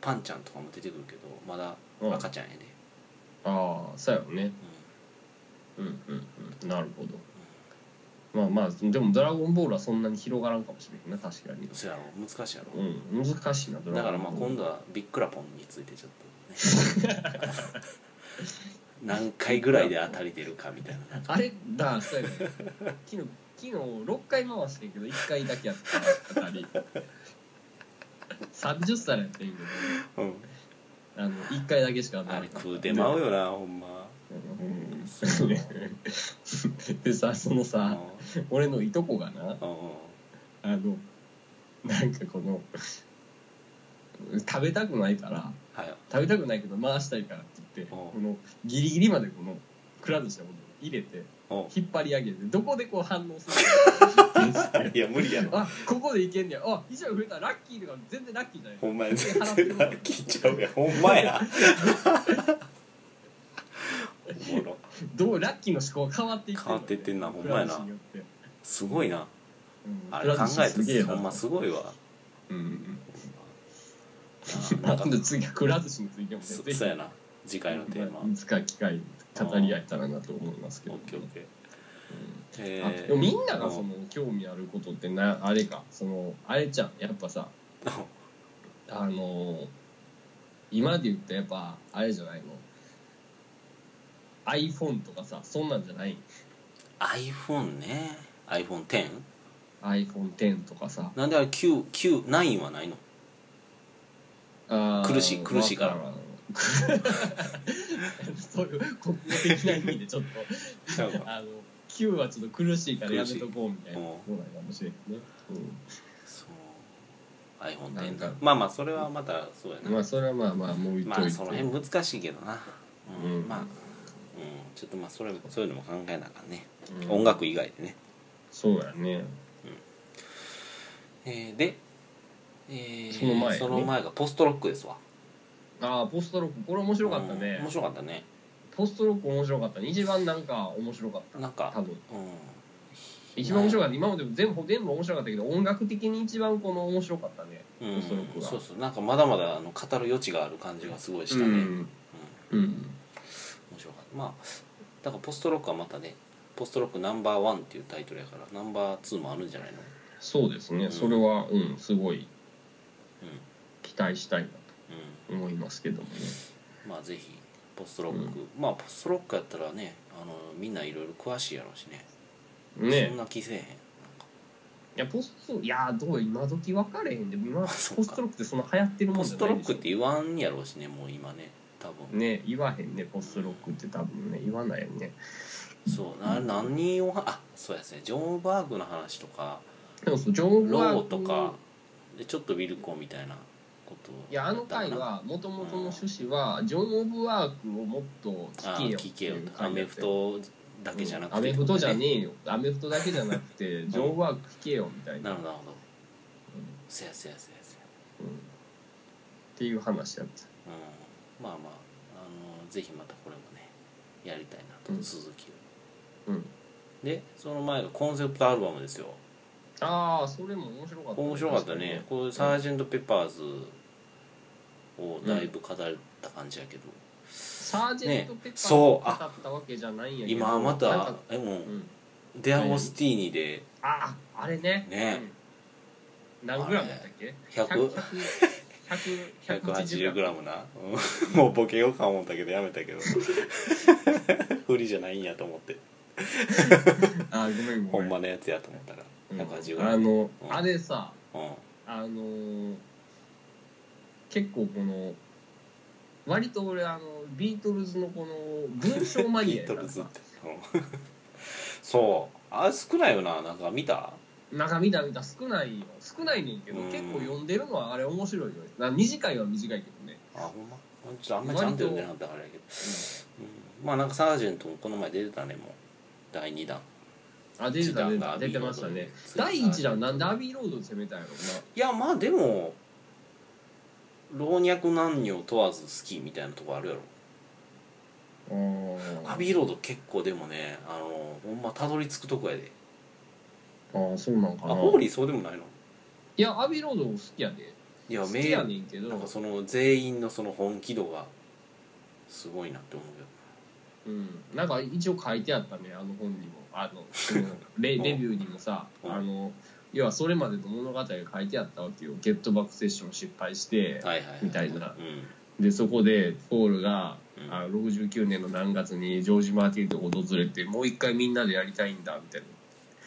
Speaker 1: パンちゃんとかも出てくるけどまだ
Speaker 2: ど、うん、あ
Speaker 1: 赤ちゃんやね、
Speaker 2: あそうやろねうんうんうんなるほどまあまあでも「ドラゴンボール」はそんなに広がらんかもしれんな確かに
Speaker 1: うん、そうやろ難しいやろ、
Speaker 2: うん難しいなド
Speaker 1: だ
Speaker 2: ラ
Speaker 1: か
Speaker 2: ゴ
Speaker 1: ら
Speaker 2: ン
Speaker 1: ま
Speaker 2: ボ
Speaker 1: あ
Speaker 2: ール
Speaker 1: 今度はビックラポンについてちょっと ね何回ぐらいで当たり出るかみたいな
Speaker 2: あれだ、そうやね。昨日、昨日6回回してんけど、1回だけやったあたり。30皿やってんけど、
Speaker 1: うん
Speaker 2: あの、1回だけしか当た
Speaker 1: あ
Speaker 2: ら
Speaker 1: れ
Speaker 2: なかった
Speaker 1: 食うてまうよなほんま
Speaker 2: うんそうねでさ、そのさ、俺のいとこがな、
Speaker 1: うんうん
Speaker 2: あの、なんかこの、食べたくないから、
Speaker 1: はい
Speaker 2: 食べたくないけど回したいからって言って、
Speaker 1: うん
Speaker 2: このギリギリまでこの、くら寿司のこと入れて、
Speaker 1: お
Speaker 2: 引っ張り上げて、どこでこう反応するか実験 して
Speaker 1: いや無理やろ
Speaker 2: あここでいけんねやあ以上増えたラッキーとか全然ラッキーじゃない
Speaker 1: ほんまや
Speaker 2: 全然払ってるもん
Speaker 1: 聞いちゃうやんほんまやおもろ
Speaker 2: どうラッキーの思考が変わっていってんの
Speaker 1: 変わっていってんなほんまやな
Speaker 2: フランスによって
Speaker 1: すごいな
Speaker 2: うん
Speaker 1: あれ考
Speaker 2: フランスすげ
Speaker 1: え
Speaker 2: え
Speaker 1: た
Speaker 2: な
Speaker 1: らほんますごいわ
Speaker 2: うんうん
Speaker 1: あな
Speaker 2: なん
Speaker 1: か
Speaker 2: んで次はくら寿司についてもね
Speaker 1: そ
Speaker 2: ぜひ
Speaker 1: そうやな次回のテーマオ
Speaker 2: いつか機会語り合えたらなと思いますけど
Speaker 1: ッケーオッケー
Speaker 2: うんあ
Speaker 1: え
Speaker 2: でもみんながその興味あることってなあれかそのあれちゃんやっぱさあのー今で言ったらやっぱあれじゃないの iPhone とかさそんなんじゃない
Speaker 1: iPhone ね iPhone10
Speaker 2: iPhone10 とかさ
Speaker 1: なんであれ99 9はないの
Speaker 2: あー
Speaker 1: 苦しい苦しいから
Speaker 2: わんわ そういう国語的な意味でちょっと
Speaker 1: ちゃうわ
Speaker 2: あの9はちょっと苦しいからやめとこうみたいな
Speaker 1: 苦しい
Speaker 2: そうなんかもしれんね、
Speaker 1: そう iPhone
Speaker 2: なんだ
Speaker 1: 10まあまあそれはまたそうや
Speaker 2: う、
Speaker 1: なん
Speaker 2: まあそれはまあまあもう言っ
Speaker 1: ま
Speaker 2: とい
Speaker 1: あ
Speaker 2: て
Speaker 1: その辺難しいけどな、うん
Speaker 2: うん
Speaker 1: まあ、うん、ちょっとまあそれそういうのも考えなあかんね、
Speaker 2: うん
Speaker 1: 音楽以外でね、
Speaker 2: そうやね
Speaker 1: えーで、えー
Speaker 2: その前
Speaker 1: その前がポストロックですわ
Speaker 2: ああポストロックこれ面白かった
Speaker 1: う
Speaker 2: ね
Speaker 1: ん面白かったね
Speaker 2: ポストロック面白かった一番なんか面白かっ
Speaker 1: なん
Speaker 2: た
Speaker 1: か
Speaker 2: 多分
Speaker 1: う
Speaker 2: 一番面白かった今までも全部全部面白かったけど音楽的に一番この面白かったね
Speaker 1: ん、うん、
Speaker 2: ポストロックが
Speaker 1: そうそうなんかまだまだあの語る余地がある感じがすごいしたね、
Speaker 2: う
Speaker 1: うん面
Speaker 2: んうん
Speaker 1: 白かったまあだからポストロックはまたねポストロックナンバーワンっていうタイトルやからナンバーツーもあるんじゃないの
Speaker 2: そうですね、
Speaker 1: うん
Speaker 2: それはうんすご
Speaker 1: う
Speaker 2: い
Speaker 1: ん
Speaker 2: 期待したいな
Speaker 1: うん
Speaker 2: と思いますけどもね
Speaker 1: まあぜひポストロック、
Speaker 2: う
Speaker 1: まあポストロックやったらねあのみんないろいろ詳しいやろうしねそん
Speaker 2: ね
Speaker 1: な気せえへん
Speaker 2: いやポストいやどう今時分かれへんで今ポ
Speaker 1: そうか
Speaker 2: ストロックってそんな流行ってるも
Speaker 1: ポ
Speaker 2: んじ
Speaker 1: ス
Speaker 2: ゃ
Speaker 1: ト
Speaker 2: な
Speaker 1: ロ
Speaker 2: いで
Speaker 1: ッ
Speaker 2: し
Speaker 1: ク
Speaker 2: ょ
Speaker 1: って言わんやろうしねもう今ね多分
Speaker 2: ね言わへんねポストロックって多分ね言わないよね
Speaker 1: そうな何をはあそうですねジョン・バーグの話とか
Speaker 2: でもそうジョン・
Speaker 1: ロ
Speaker 2: ワ
Speaker 1: ーとかでちょっとウィルコみたいなこと
Speaker 2: いやあの回はもともとの趣旨はジョン・オブ・ワークをもっと
Speaker 1: あ
Speaker 2: 聞けよ
Speaker 1: 聞けよ
Speaker 2: っていう
Speaker 1: ア
Speaker 2: 回
Speaker 1: メ
Speaker 2: だっ
Speaker 1: フ
Speaker 2: たよ
Speaker 1: トだけじゃなくて、
Speaker 2: アメフトじゃね
Speaker 1: え
Speaker 2: えよアメフトだけじゃなくてジョン・ワーク聞けよみたい
Speaker 1: なる
Speaker 2: な、う
Speaker 1: ほ
Speaker 2: ん
Speaker 1: どなるほどせやせやせやせや
Speaker 2: うんっていう話だった
Speaker 1: うんまあまああのぜひまたこれもねやりたいなと、
Speaker 2: うん
Speaker 1: 続きを
Speaker 2: うん
Speaker 1: でその前がコンセプトアルバムですよ
Speaker 2: ああそれも面白かったね
Speaker 1: 面白かったねこれサージェント・ペッパーズをだいぶ語った感じやけど、
Speaker 2: サージェント・ペッパー
Speaker 1: そうあ
Speaker 2: だったわけじゃないんやけど
Speaker 1: 今ま
Speaker 2: なん
Speaker 1: た
Speaker 2: か
Speaker 1: えもう
Speaker 2: うん
Speaker 1: デアゴスティーニで
Speaker 2: あああれね
Speaker 1: ね
Speaker 2: うん何グラムだったっけ
Speaker 1: 100
Speaker 2: 180
Speaker 1: 180g な、うんもうボケようか思ったけどやめ たけど 不利じゃないんやと思って
Speaker 2: あごめんご
Speaker 1: ほ
Speaker 2: めん
Speaker 1: んまのやつやと思ったら
Speaker 2: うん
Speaker 1: 180g
Speaker 2: あの、
Speaker 1: うん
Speaker 2: あれさ
Speaker 1: うん
Speaker 2: あのー結構この割と俺あのビートルズのこの文章マニア
Speaker 1: ビ
Speaker 2: や
Speaker 1: ー
Speaker 2: か
Speaker 1: ト
Speaker 2: ら
Speaker 1: ルズ
Speaker 2: さ
Speaker 1: ってうん そうあれ少ないよななんか見た
Speaker 2: 中見た見た少ないよ少ないねんけど
Speaker 1: うん
Speaker 2: 結構読んでるのはあれ面白いよな短いは短いけどね
Speaker 1: あほんまちょっとあんまりちゃんと読んでなかったからやけど、うんまあなんかサージェントもこの前出てたねもう第2弾
Speaker 2: あ出てた
Speaker 1: 一弾
Speaker 2: 出て
Speaker 1: が
Speaker 2: た出てましたね
Speaker 1: アビ
Speaker 2: 第
Speaker 1: ーロードで
Speaker 2: 1弾なんでアビーロードで攻めたんやろ
Speaker 1: いやまあでも老若男女問わず好きみたいなとこあるやろ
Speaker 2: な
Speaker 1: アビーロード結構でもねあのほんまたどり着くとこやで
Speaker 2: ああそうなん
Speaker 1: あ
Speaker 2: かな
Speaker 1: ホーリーそうでもないの
Speaker 2: いやアビーロード好きやで
Speaker 1: いや
Speaker 2: 好
Speaker 1: 名
Speaker 2: きやねんけど
Speaker 1: なんかその全員のその本気度がすごいなって思うけど
Speaker 2: うん、なんか一応書いてあったねあの本にもあの そのレ
Speaker 1: うん
Speaker 2: レビューにもさ
Speaker 1: うん
Speaker 2: あの要はそれまでの物語が書いてあったわけよ「ゲットバックセッション失敗して
Speaker 1: はいはいは」
Speaker 2: みたいな
Speaker 1: うん
Speaker 2: でそこでポールが
Speaker 1: うん
Speaker 2: あの69年の何月にジョージ・マーティンと訪れてもう一回みんなでやりたいんだみたいな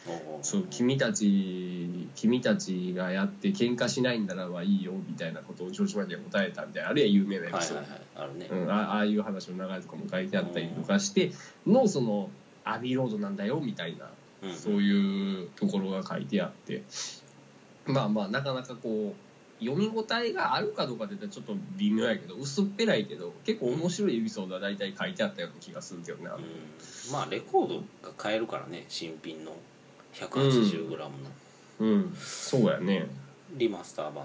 Speaker 1: おう
Speaker 2: そう君たち君たちがやって喧嘩しないんならばいいよみたいなことをジョージ・マーティンが答えたみたいなあるいは有名なエ
Speaker 1: は
Speaker 2: ピ
Speaker 1: い
Speaker 2: ソー
Speaker 1: は
Speaker 2: ド
Speaker 1: いはいあるね、
Speaker 2: うん、あああいう話の流れとかも書いてあったりとかしてのそのアビーロードなんだよみたいな、
Speaker 1: うん
Speaker 2: そういうところが書いてあってまあまあなかなかこう読み応えがあるかどうかって言ったらちょっと微妙やけど薄っぺらいけど結構面白いエピソードは大体書いてあったような気がするけどね、
Speaker 1: うんまあレコードが買えるからね新品の 180g の
Speaker 2: うん、そうやね
Speaker 1: リマスター版の、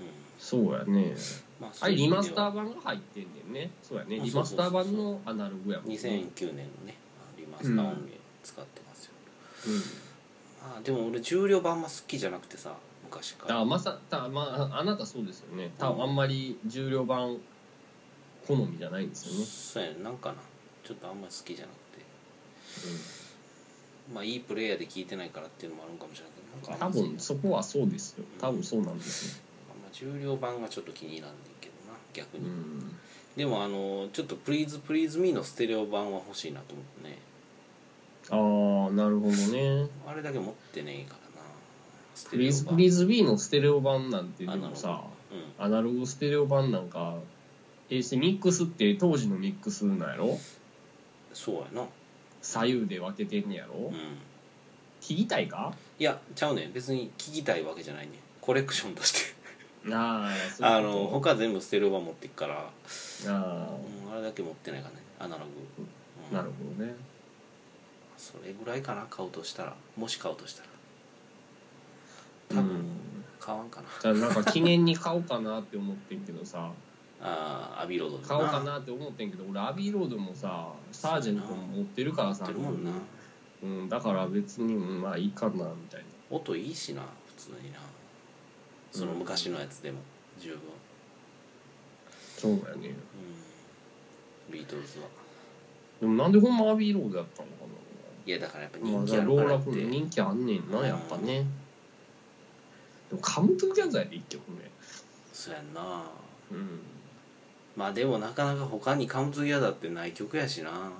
Speaker 1: うん
Speaker 2: そうやね
Speaker 1: まあ、
Speaker 2: あ
Speaker 1: そうい
Speaker 2: れ
Speaker 1: う
Speaker 2: リ
Speaker 1: 意
Speaker 2: マ
Speaker 1: 味
Speaker 2: ス
Speaker 1: で
Speaker 2: タ
Speaker 1: は
Speaker 2: ー版が入ってんねんねそうやね
Speaker 1: あ
Speaker 2: リマスター版のアナログやもんね
Speaker 1: 2009年のねリマスター音源使ってますよ、
Speaker 2: うん
Speaker 1: まあでも俺重量版あんま好きじゃなくてさ昔から
Speaker 2: あまさたまああなたそうですよね多
Speaker 1: うん
Speaker 2: 分あんまり重量版好みじゃないんですよね、
Speaker 1: そうやねなんかなちょっとあんまり好きじゃなくてまあいいプレイヤーで聴いてないからっていうのもあるんかもしれないけど
Speaker 2: う、
Speaker 1: なんんかあ
Speaker 2: 多
Speaker 1: んま
Speaker 2: 分そこはそうですよ多分そうなんです
Speaker 1: あんま重量版がちょっと気に入らんねんけどな逆
Speaker 2: よ、
Speaker 1: に、
Speaker 2: うん、
Speaker 1: でもあのちょっと「プリーズプリーズミーのステレオ版は欲しいなと思ってね
Speaker 2: ああなるほどね
Speaker 1: あれだけ持ってねえからなス
Speaker 2: プリーズプリーズ B のステレオ版なんてでもさ
Speaker 1: うん
Speaker 2: アナログステレオ版なんかえーしミックスって当時のミックスなんやろ
Speaker 1: そうやな
Speaker 2: 左右で分けてんねや
Speaker 1: う
Speaker 2: ろ
Speaker 1: ん
Speaker 2: 聞きたいか
Speaker 1: いやちゃうねん別に聞きたいわけじゃないねんコレクションとして
Speaker 2: ああそう
Speaker 1: あ
Speaker 2: いう
Speaker 1: の
Speaker 2: こ
Speaker 1: 他全部ステレオ版持ってっから、
Speaker 2: とあ
Speaker 1: うん、あれだけ持ってないからねアナログ、う
Speaker 2: あ
Speaker 1: ん
Speaker 2: なるほどね
Speaker 1: それぐらいかな買うとしたらもし買うとしたら
Speaker 2: う
Speaker 1: 多分
Speaker 2: ん
Speaker 1: 買わんかな、
Speaker 2: じゃあなんか記念に買おうかなって思ってんけ どさ
Speaker 1: ああアビロードでな
Speaker 2: 買おうかなって思ってんけど俺アビーロードもさサージェントも持ってるから
Speaker 1: 持
Speaker 2: さ
Speaker 1: ってるもんな
Speaker 2: うん、だから別にうんまあいいかなみたい
Speaker 1: 音いいしな普通になその昔のやつでも十分、
Speaker 2: なそうだよね
Speaker 1: うん、ビートルズは
Speaker 2: でもなんでほんまアビーロードやったのか
Speaker 1: いやだからやっぱ
Speaker 2: なまあ
Speaker 1: 人気
Speaker 2: じゃ
Speaker 1: あ
Speaker 2: あ
Speaker 1: る
Speaker 2: ロ
Speaker 1: か
Speaker 2: ー
Speaker 1: ら
Speaker 2: ラ
Speaker 1: って、
Speaker 2: フ人気あんねんなやっぱねでもカムトゥギャザーで1曲
Speaker 1: そうやんな
Speaker 2: 目うん
Speaker 1: まあでもなかなか他にカウントギャザーってない曲やしな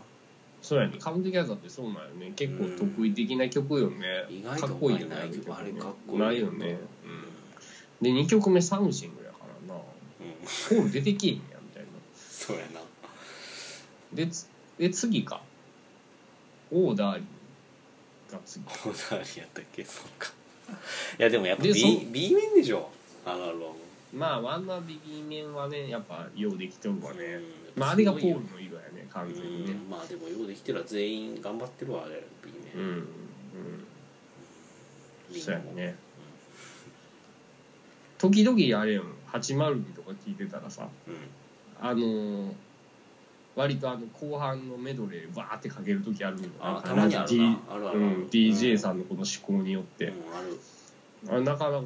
Speaker 2: そうやねカムトゥギャザーってそうなんよね結構得意的な曲よね
Speaker 1: 意
Speaker 2: か
Speaker 1: 外と
Speaker 2: っこいいよね
Speaker 1: 他にない曲あれ
Speaker 2: の曲ね
Speaker 1: かっこいい
Speaker 2: ないよねうんで2曲目サムシングやからな
Speaker 1: うん、うん、
Speaker 2: コール出てけえへんやみたいな
Speaker 1: そうやな
Speaker 2: でつで次かオーダーリーが次
Speaker 1: オーダーリやったっけそうかいやでもやっぱ
Speaker 2: で
Speaker 1: B,
Speaker 2: そ
Speaker 1: B 面でしょあのアルバム
Speaker 2: まあワンダービギーメンはねやっぱようできとるわね
Speaker 1: うん
Speaker 2: まああれがポールの色やね完全に
Speaker 1: う
Speaker 2: ね
Speaker 1: んまあでもようできてるわ全員頑張ってるわあれ B
Speaker 2: うん
Speaker 1: 面、
Speaker 2: うん
Speaker 1: リン
Speaker 2: そうや
Speaker 1: ゴも
Speaker 2: ね時々あれよ802とか聞いてたらさ
Speaker 1: う
Speaker 2: あのー割とあの後半のメドレーわーってかける時あるの
Speaker 1: あたまにあるなあるあるある
Speaker 2: うん DJ さんのこの思考によって
Speaker 1: ん、うんある
Speaker 2: あれなかなかあの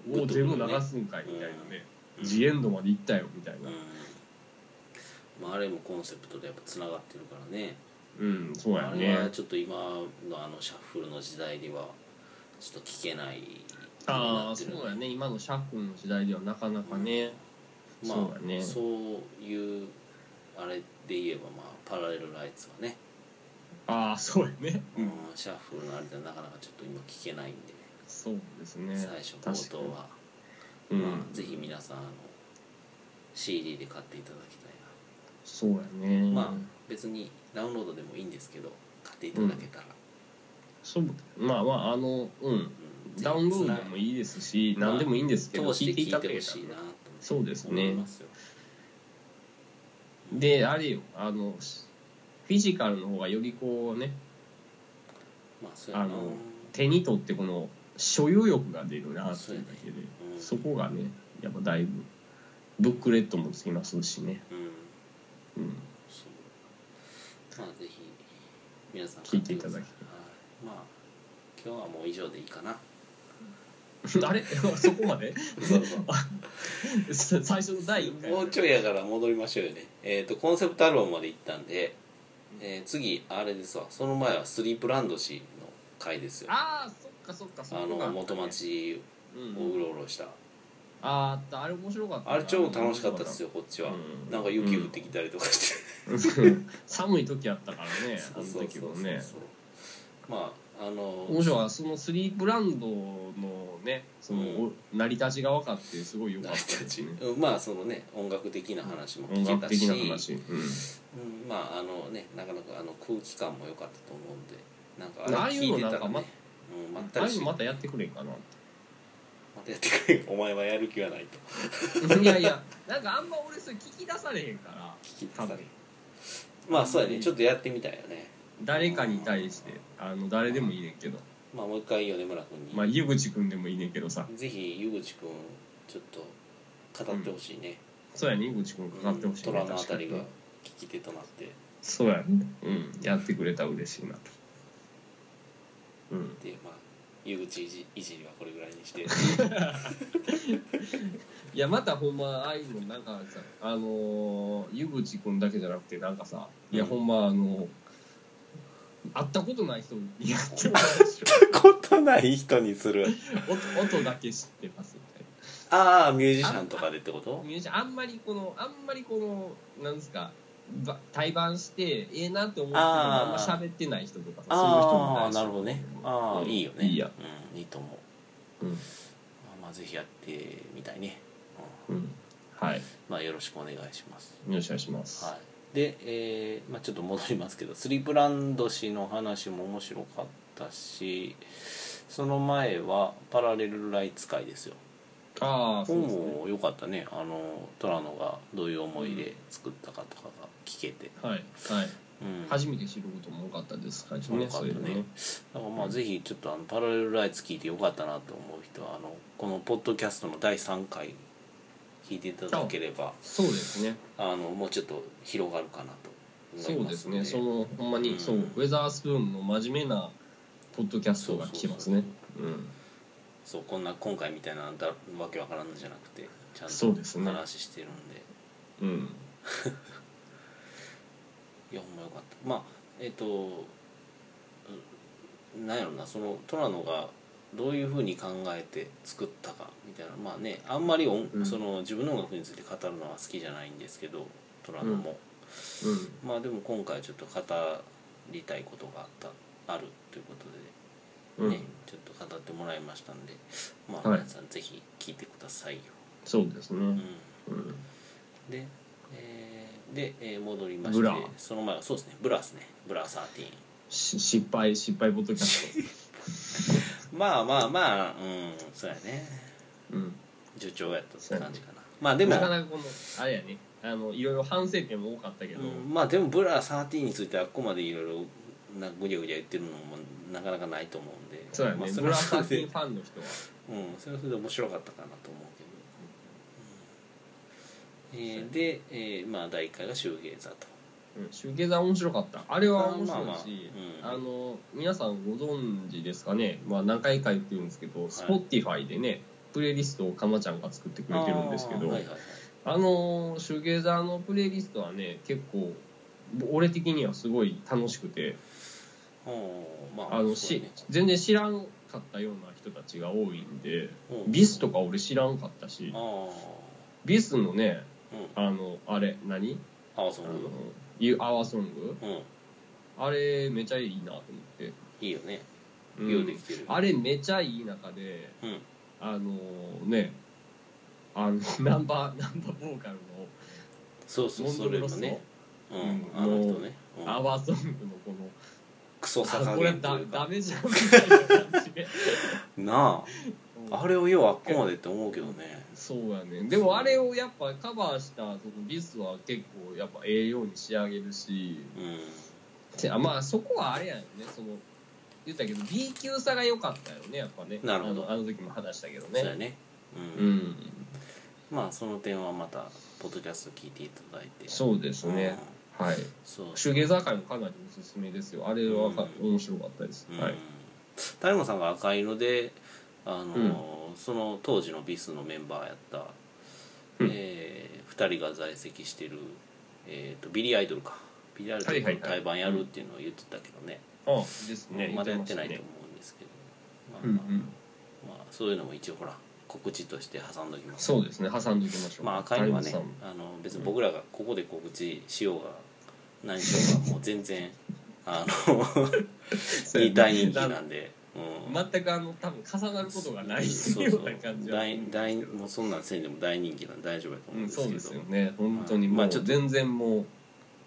Speaker 2: 「
Speaker 1: グッ
Speaker 2: お
Speaker 1: とくる
Speaker 2: 全
Speaker 1: ね
Speaker 2: 部流すんかい」みたいなね「
Speaker 1: うん
Speaker 2: ジエンドまで行ったよ」みたいな
Speaker 1: うんまあ、あれもコンセプトでやっぱつながってるからね
Speaker 2: うんそうや
Speaker 1: あれは
Speaker 2: ね
Speaker 1: ちょっと今のあのシャッフルの時代ではちょっと聞けないように
Speaker 2: あ
Speaker 1: な
Speaker 2: あ
Speaker 1: ってる
Speaker 2: そうやね今のシャッフルの時代ではなかなかね
Speaker 1: まあ
Speaker 2: そうだね
Speaker 1: そういうあれで言えばまあパラレルライツはね、
Speaker 2: ああそうやね
Speaker 1: うん、シャッフルのあれではなかなかちょっと今聞けないんで、
Speaker 2: そうですね
Speaker 1: 最初冒頭は、
Speaker 2: 確かにう
Speaker 1: ま
Speaker 2: ん
Speaker 1: あ、ぜひ皆さんあの CD で買っていただきたいな
Speaker 2: そうやね
Speaker 1: まあ別にダウンロードでもいいんですけど買っていただけたら、
Speaker 2: そうまあまああのうん
Speaker 1: うん
Speaker 2: ダウンロードでもいいですし
Speaker 1: まあ
Speaker 2: 何でもいいんですけど
Speaker 1: 通して
Speaker 2: 聞いて
Speaker 1: 聞
Speaker 2: いた
Speaker 1: い
Speaker 2: だけ
Speaker 1: てほ
Speaker 2: れ
Speaker 1: しいな
Speaker 2: ば
Speaker 1: と
Speaker 2: そうです
Speaker 1: 思い
Speaker 2: ね
Speaker 1: ますよ、
Speaker 2: であれよあのフィジカルの方がよりこうね
Speaker 1: まあそうやな
Speaker 2: あの手に取ってこの所有欲が出るなって
Speaker 1: そう
Speaker 2: い
Speaker 1: や
Speaker 2: う
Speaker 1: ね
Speaker 2: だけで、
Speaker 1: うん
Speaker 2: そこがねやっぱだいぶブックレットもつきますしね、
Speaker 1: うん
Speaker 2: うん、
Speaker 1: そうまあぜひ皆さん
Speaker 2: 聞いていただき
Speaker 1: 買ってくさいはいまあ今日はもう以上でいいかな
Speaker 2: あれ そこまで
Speaker 1: そう そう
Speaker 2: 最初の第1回
Speaker 1: もうちょいやから戻りましょうよねえっ、とコンセプトアルバムまで行ったんで、えー次あれですわその前はスリープランド氏の回ですよあ
Speaker 2: ああそっかそっかそっか
Speaker 1: の元町
Speaker 2: うん
Speaker 1: をうろうろした、
Speaker 2: あーあれ面白かったな
Speaker 1: あれ超楽しかったっすよこっちは、
Speaker 2: うん
Speaker 1: なんか雪降ってきたりとかして、
Speaker 2: うん 寒い時やったからねあの
Speaker 1: そう
Speaker 2: 時
Speaker 1: そう
Speaker 2: も
Speaker 1: そうそう
Speaker 2: ね
Speaker 1: まああの
Speaker 2: 面白かったそのスリーブランドのねその、
Speaker 1: う
Speaker 2: 成り立ちが分かってすごい良かった
Speaker 1: 成り
Speaker 2: です
Speaker 1: 立
Speaker 2: ね
Speaker 1: ち、 うんまあそのね音楽的な話も
Speaker 2: 音
Speaker 1: 聞け
Speaker 2: 楽
Speaker 1: たし
Speaker 2: 的な話、うん
Speaker 1: うん、まああのねなかなかあの空気感も良かったと思うんでなんか
Speaker 2: あ
Speaker 1: あ
Speaker 2: あ
Speaker 1: れ
Speaker 2: い
Speaker 1: 聞
Speaker 2: う
Speaker 1: い
Speaker 2: の
Speaker 1: てた
Speaker 2: なん
Speaker 1: ら
Speaker 2: か
Speaker 1: ね
Speaker 2: ま
Speaker 1: うん、まった
Speaker 2: あ
Speaker 1: り
Speaker 2: れ
Speaker 1: し
Speaker 2: またやってくれんかな
Speaker 1: またやってくれお前はやる気はないと
Speaker 2: いやいや なんかあんま俺それ聞き出されへんから
Speaker 1: 聞き出さ
Speaker 2: 多分
Speaker 1: れまあそうやねちょっとやってみたいよね
Speaker 2: 誰かに対してあの誰でもいいねんけど
Speaker 1: まあもう一回米村君に、
Speaker 2: まあ湯口くんでもいいねんけどさ
Speaker 1: ぜひ湯口君ちょっと語ってほしいね、
Speaker 2: そうやね湯口くんかかってほしいね
Speaker 1: 虎のあたりが
Speaker 2: 確かに
Speaker 1: 聞き手となって
Speaker 2: そうやねうんやってくれたら嬉しいなとうん
Speaker 1: でまあ湯口いじいじりはこれぐらいにして
Speaker 2: いやまたほんまああいうのなんかさあのー湯口くんだけじゃなくてなんかさいやほんまあの会ったことない人にやってもらうでし
Speaker 1: ことない人にする
Speaker 2: ょ音音だけ知ってますみたいな
Speaker 1: ああミュージシャンとかでってこと
Speaker 2: ミュージシャンあんまりこのあんまりこのなんですかば対バンしてええなって思ってるのに
Speaker 1: あー
Speaker 2: あんま喋ってない人とかそういう人も
Speaker 1: ああなるほどねああ
Speaker 2: うん
Speaker 1: いいよね
Speaker 2: いいや
Speaker 1: うん、いいと思う
Speaker 2: うん
Speaker 1: まあまあぜひやってみたいね、うん
Speaker 2: うんはい
Speaker 1: まああ、よろしくお願いします、
Speaker 2: よろしくお願いします、
Speaker 1: はい、で、えーまあ、ちょっと戻りますけどスリープランド氏の話も面白かったしその前はパラレルライツ会ですよ
Speaker 2: ああそう
Speaker 1: 本
Speaker 2: ですね
Speaker 1: も良かったねあの虎野がどういう思いで作ったかとかが聞けて、
Speaker 2: はいはい、
Speaker 1: うん、
Speaker 2: 初めて知ることも多かったです会長
Speaker 1: よ
Speaker 2: ね
Speaker 1: かっ
Speaker 2: そ
Speaker 1: た
Speaker 2: ういうのね
Speaker 1: ねだからまあぜひちょっとあのパラレルライツ聞いてよかったなと思う人はあのこのポッドキャストの第3回聞いていただければ
Speaker 2: そうですね
Speaker 1: あのもうちょっと広がるかなと
Speaker 2: そ
Speaker 1: 思いうま
Speaker 2: です
Speaker 1: すの
Speaker 2: ねそのほんまに、
Speaker 1: うん
Speaker 2: そうウェザースプーンの真面目なポッドキャストが聞けますねうん
Speaker 1: そうこんな今回みたいなだわけわからんのじゃなくてちゃん
Speaker 2: そうです
Speaker 1: と
Speaker 2: ね
Speaker 1: 話してるんで
Speaker 2: うん
Speaker 1: いやほんまよかったまあえっ、とうんなんやろなその虎野がどういうふうに考えて作ったかみたいなまあねあんまり音、
Speaker 2: うん
Speaker 1: その自分の音楽について語るのは好きじゃないんですけど虎野も、
Speaker 2: うん
Speaker 1: まあでも今回ちょっと語りたいことがあったあるということで
Speaker 2: うん、
Speaker 1: ねちょっと語ってもらいましたんで、まあ、
Speaker 2: はい
Speaker 1: 皆さんぜひ聞いてくださいよ。
Speaker 2: そうですね、
Speaker 1: うん
Speaker 2: うん、
Speaker 1: で,、えーでえー戻りまし
Speaker 2: ブラ
Speaker 1: てその前はそうですねブラですねブラ13。
Speaker 2: し失敗失敗ポッドキャス
Speaker 1: まあまあまあうんそうやね
Speaker 2: ト、うん、
Speaker 1: 順調やったって感じかな。まあでも
Speaker 2: なかなかこのあれやねあのいろいろ反省点も多かったけど、
Speaker 1: うんまあでもブラ13についてあっこまでいろいろなぐりゃぐりゃ言ってるのもなかなかないと思うんで
Speaker 2: そうやね、
Speaker 1: まあ、
Speaker 2: ブ
Speaker 1: は
Speaker 2: ラ
Speaker 1: そ
Speaker 2: サ
Speaker 1: れ
Speaker 2: ー
Speaker 1: で
Speaker 2: ティンファンの人は
Speaker 1: うん、それはそれで面白かったかなと思うけど、うんえーで、えーまあ、第1回が「集芸座」と
Speaker 2: シュウケイさん面白かったあれは面白いし、
Speaker 1: まあまあまあ
Speaker 2: あの皆さんご存知ですかね、まあ、何回か言ってるんですけど、Spotify でねプレイリストをかまちゃんが作ってくれてるんですけど
Speaker 1: あー
Speaker 2: あ,、
Speaker 1: はいはいはい
Speaker 2: のシュウケイザーのプレイリストはね結構俺的にはすごい楽しくて
Speaker 1: うんまあ
Speaker 2: あの、
Speaker 1: そう
Speaker 2: し
Speaker 1: だね
Speaker 2: 全然知らんかったような人たちが多いんで
Speaker 1: うん
Speaker 2: ビスとか俺知らんかったし
Speaker 1: ああ
Speaker 2: ビスのね
Speaker 1: うん
Speaker 2: あのあれ何
Speaker 1: ああそ
Speaker 2: あ
Speaker 1: う
Speaker 2: のいうアワーソング
Speaker 1: うん
Speaker 2: あれめちゃいいなと思って、
Speaker 1: いいよね
Speaker 2: うん
Speaker 1: ようできてる
Speaker 2: あれめちゃいい中で
Speaker 1: うん
Speaker 2: あのねあの ナンバーナンバーボーカル
Speaker 1: そうそう
Speaker 2: のモンド
Speaker 1: そ
Speaker 2: ブ
Speaker 1: れ
Speaker 2: ロ
Speaker 1: も
Speaker 2: スの、
Speaker 1: ねうん
Speaker 2: うん
Speaker 1: あの人ねう
Speaker 2: ア
Speaker 1: ん
Speaker 2: ワーソングのこの
Speaker 1: クソさ
Speaker 2: あ
Speaker 1: 加
Speaker 2: これ
Speaker 1: 減と
Speaker 2: だ
Speaker 1: いう
Speaker 2: ダ
Speaker 1: か
Speaker 2: メじゃんみたいな感じで
Speaker 1: な
Speaker 2: うん
Speaker 1: ああれをようあっこまでって思うけどね
Speaker 2: そうやねでもあれをやっぱカバーしたそのビスは結構やっぱええように仕上げるし
Speaker 1: うん
Speaker 2: てあまあそこはあれやよねその言ったけど B 級さが良かったよねやっぱね
Speaker 1: なるほど
Speaker 2: あのあの時も話したけど
Speaker 1: そうや
Speaker 2: ね
Speaker 1: ねう
Speaker 2: うんん
Speaker 1: まあその点はまたポッドキャスト聞いていただいて
Speaker 2: そうです
Speaker 1: うん
Speaker 2: ね、はい
Speaker 1: そう
Speaker 2: 手芸座会もかなりおすすめですよあれはか、面白かったです、
Speaker 1: うん
Speaker 2: はい
Speaker 1: 谷本さんが赤色であの、その当時のビスのメンバーやった、
Speaker 2: うん
Speaker 1: え2人が在籍してる、えーとビリー・アイドルかビリー・アイドル
Speaker 2: はい
Speaker 1: の
Speaker 2: はいはい
Speaker 1: 対バンやるっていうのを言ってたけどね,、
Speaker 2: あですね
Speaker 1: まだやってないと
Speaker 2: 言
Speaker 1: 思うんですけど、まあ
Speaker 2: てましたねうんうん
Speaker 1: まあまあそういうのも一応ほら告知として挟んどきます
Speaker 2: そうですね挟んでおきましょう
Speaker 1: まあ赤色はね
Speaker 2: 谷本さんも
Speaker 1: あの別に僕らがここで告知しようが何しようがもう全然あ の2対2なんで、うん、
Speaker 2: 全くあの多分重なることがない
Speaker 1: そう
Speaker 2: よ
Speaker 1: そう
Speaker 2: うな感じは
Speaker 1: 大大もうそんなんせんでも大人気なんで大丈夫やと思
Speaker 2: う
Speaker 1: うん
Speaker 2: ん、
Speaker 1: ですけど、
Speaker 2: そうですよね本当
Speaker 1: は
Speaker 2: に、
Speaker 1: い
Speaker 2: ま
Speaker 1: まあ
Speaker 2: あ
Speaker 1: ち
Speaker 2: ち
Speaker 1: ょ
Speaker 2: ょ
Speaker 1: っ
Speaker 2: っ
Speaker 1: と
Speaker 2: と全 然もう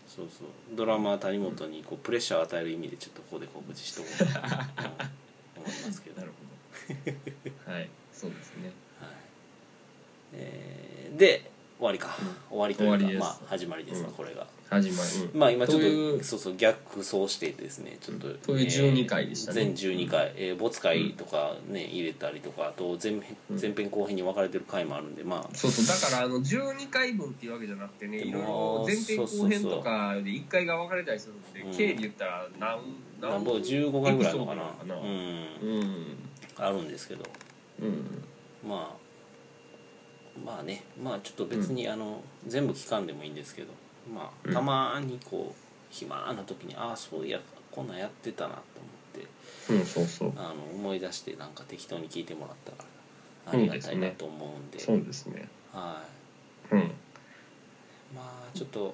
Speaker 1: そうそうドラマー谷本にこうプレッシャーを与える意味でちょっとここで告知しとこうかなとうん思いますけど、
Speaker 2: な
Speaker 1: はい
Speaker 2: るほどはいそうですね
Speaker 1: えーで終わりか、終わりというか
Speaker 2: 終わりです
Speaker 1: まあ、始まりですか、
Speaker 2: うん
Speaker 1: これが
Speaker 2: 始まり、
Speaker 1: まあ今ちょっと
Speaker 2: という
Speaker 1: そうそう逆走してですねちょっと、
Speaker 2: という12回でしたね
Speaker 1: 全12回、えー、没回とかね入れたりとかあと前編
Speaker 2: うん
Speaker 1: 前編後編に分かれてる回もあるんでまあ
Speaker 2: そうそうだからあの12回分っていうわけじゃなくてね
Speaker 1: でも
Speaker 2: いろいろ前編
Speaker 1: そうそうそう
Speaker 2: 後編とかで1回が分かれたりするんで
Speaker 1: うん
Speaker 2: 計で言ったら何
Speaker 1: なんぼ15回ぐらいあるのかな
Speaker 2: エピソードなのか
Speaker 1: う
Speaker 2: なんうん
Speaker 1: あるんですけど
Speaker 2: うん
Speaker 1: まあまあねまあちょっと別にあの、全部聞かんでもいいんですけどま
Speaker 2: う
Speaker 1: あ
Speaker 2: ん
Speaker 1: たまにこう暇な時にああそういやこんなんやってたなと思って
Speaker 2: うんそうそう
Speaker 1: あの思い出してなんか適当に聞いてもらったらありがたいなと思うんで,、
Speaker 2: そうですね
Speaker 1: はい
Speaker 2: うん
Speaker 1: まあちょっと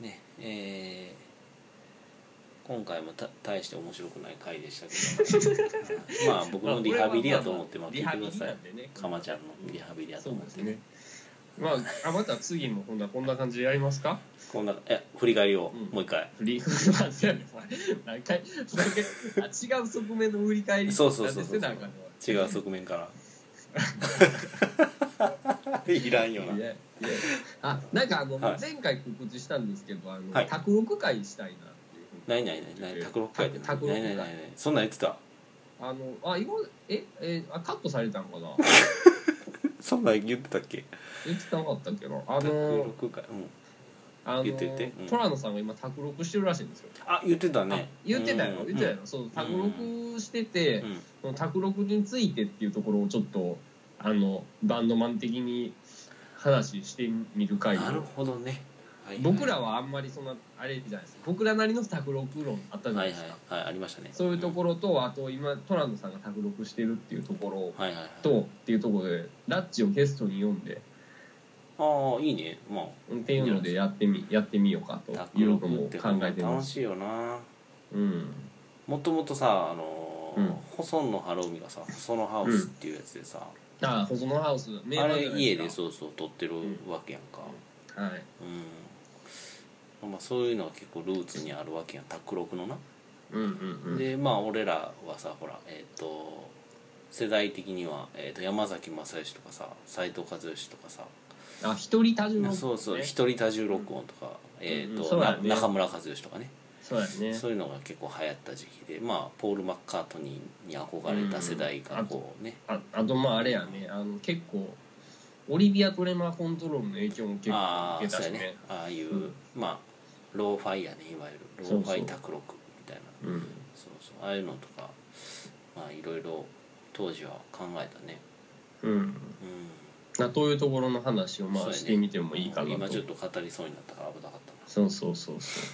Speaker 1: ねえー今回もた大して面白くない回でした けど、はいまあ僕のリハビリやと思ってまあ聞いてください。
Speaker 2: リハビリなんでね
Speaker 1: かまちゃんのリハビリやと
Speaker 2: そう
Speaker 1: 思っ
Speaker 2: です
Speaker 1: てね
Speaker 2: ねうまあ、あまた次もほんなこんな感じでやりますか
Speaker 1: こんなえ振り返りを
Speaker 2: うん
Speaker 1: もう一回、
Speaker 2: 振りまあそうやね何回何回あ違う側面の振り返り
Speaker 1: そうそうそうそう
Speaker 2: なんでせなあかん
Speaker 1: 違う側面からいらんよ
Speaker 2: のい
Speaker 1: な
Speaker 2: やいやあなんかあの、
Speaker 1: はい
Speaker 2: 前回告知したんですけどあの、
Speaker 1: はい
Speaker 2: 卓録会したいなっていうふうに
Speaker 1: ないないないない卓六回でな
Speaker 2: 卓
Speaker 1: い
Speaker 2: 六
Speaker 1: な
Speaker 2: 会
Speaker 1: いないないそんなん言ってた
Speaker 2: あのあ今ええあカットされたの かな
Speaker 1: そんなん言ってたっけ
Speaker 2: 言ってなかったっけどあ
Speaker 1: 卓
Speaker 2: の
Speaker 1: 六回うん
Speaker 2: あの
Speaker 1: 言って言ってうん
Speaker 2: トラノさんが今卓録してるらしいんですよ、
Speaker 1: あ言ってた
Speaker 2: あ
Speaker 1: ね
Speaker 2: 言ってたよ、
Speaker 1: うん
Speaker 2: 言ってたよ、そう卓録してて、
Speaker 1: うんうん
Speaker 2: その卓録についてっていうところをちょっとあのバンドマン的に話してみる会を
Speaker 1: なるほどねはい
Speaker 2: 僕らはあんまりそんなあれじゃないですか僕らなりの卓録論あったじゃな
Speaker 1: はいい
Speaker 2: です
Speaker 1: は
Speaker 2: か、
Speaker 1: いはいありましたね
Speaker 2: そういうところとあと今トランドさんが卓録してるっていうところ
Speaker 1: はいはいはい
Speaker 2: とっていうところでラッチをゲストに読んで
Speaker 1: ああいいねまあ
Speaker 2: っていうのでやってみやってみようかと
Speaker 1: 卓
Speaker 2: いうの
Speaker 1: 六
Speaker 2: も
Speaker 1: って
Speaker 2: 考えてま
Speaker 1: 楽
Speaker 2: す
Speaker 1: しいよな
Speaker 2: うん
Speaker 1: もともとさあのー
Speaker 2: うん
Speaker 1: 細野晴臣がさ細野ハウスっていうやつでさ、
Speaker 2: ああ細野ハウス名
Speaker 1: あ
Speaker 2: 盤じ
Speaker 1: れ
Speaker 2: ゃない
Speaker 1: 家
Speaker 2: で
Speaker 1: です
Speaker 2: か
Speaker 1: そうそう撮ってるわけやんか
Speaker 2: はい
Speaker 1: うん、まあ、そういうのは結構ルーツにあるわけやん卓録のな、
Speaker 2: うんうんうん
Speaker 1: でまあ俺らはさほらえっ、と世代的には、えー、と山崎まさよしとかさ斎藤和義とかさ、
Speaker 2: あ一人多重の
Speaker 1: そうそう
Speaker 2: ね
Speaker 1: 一人多重録音とか、えー
Speaker 2: うん
Speaker 1: と
Speaker 2: そうだ
Speaker 1: な
Speaker 2: ね
Speaker 1: 中村和義とかね
Speaker 2: そうやね
Speaker 1: そういうのが結構流行った時期でまあポール・マッカートニーに憧れた世代がこうね、
Speaker 2: ああとまああれやねあの結構オリビア・トレマーコントロールの影響も結構
Speaker 1: ああ
Speaker 2: 受け
Speaker 1: そう
Speaker 2: た
Speaker 1: や
Speaker 2: しね
Speaker 1: ねああいう、
Speaker 2: うん
Speaker 1: まあローファイやねいわゆるローファイ卓録みたいな
Speaker 2: うん
Speaker 1: そうそうああいうのとかまあいろいろ当時は考えたね
Speaker 2: うん
Speaker 1: うん
Speaker 2: なというところの話を
Speaker 1: そ
Speaker 2: ま
Speaker 1: うや
Speaker 2: あ
Speaker 1: ね
Speaker 2: してみてもいいかなと
Speaker 1: 今ちょっと語りそうになったから危なかっ
Speaker 2: そうそうそうそう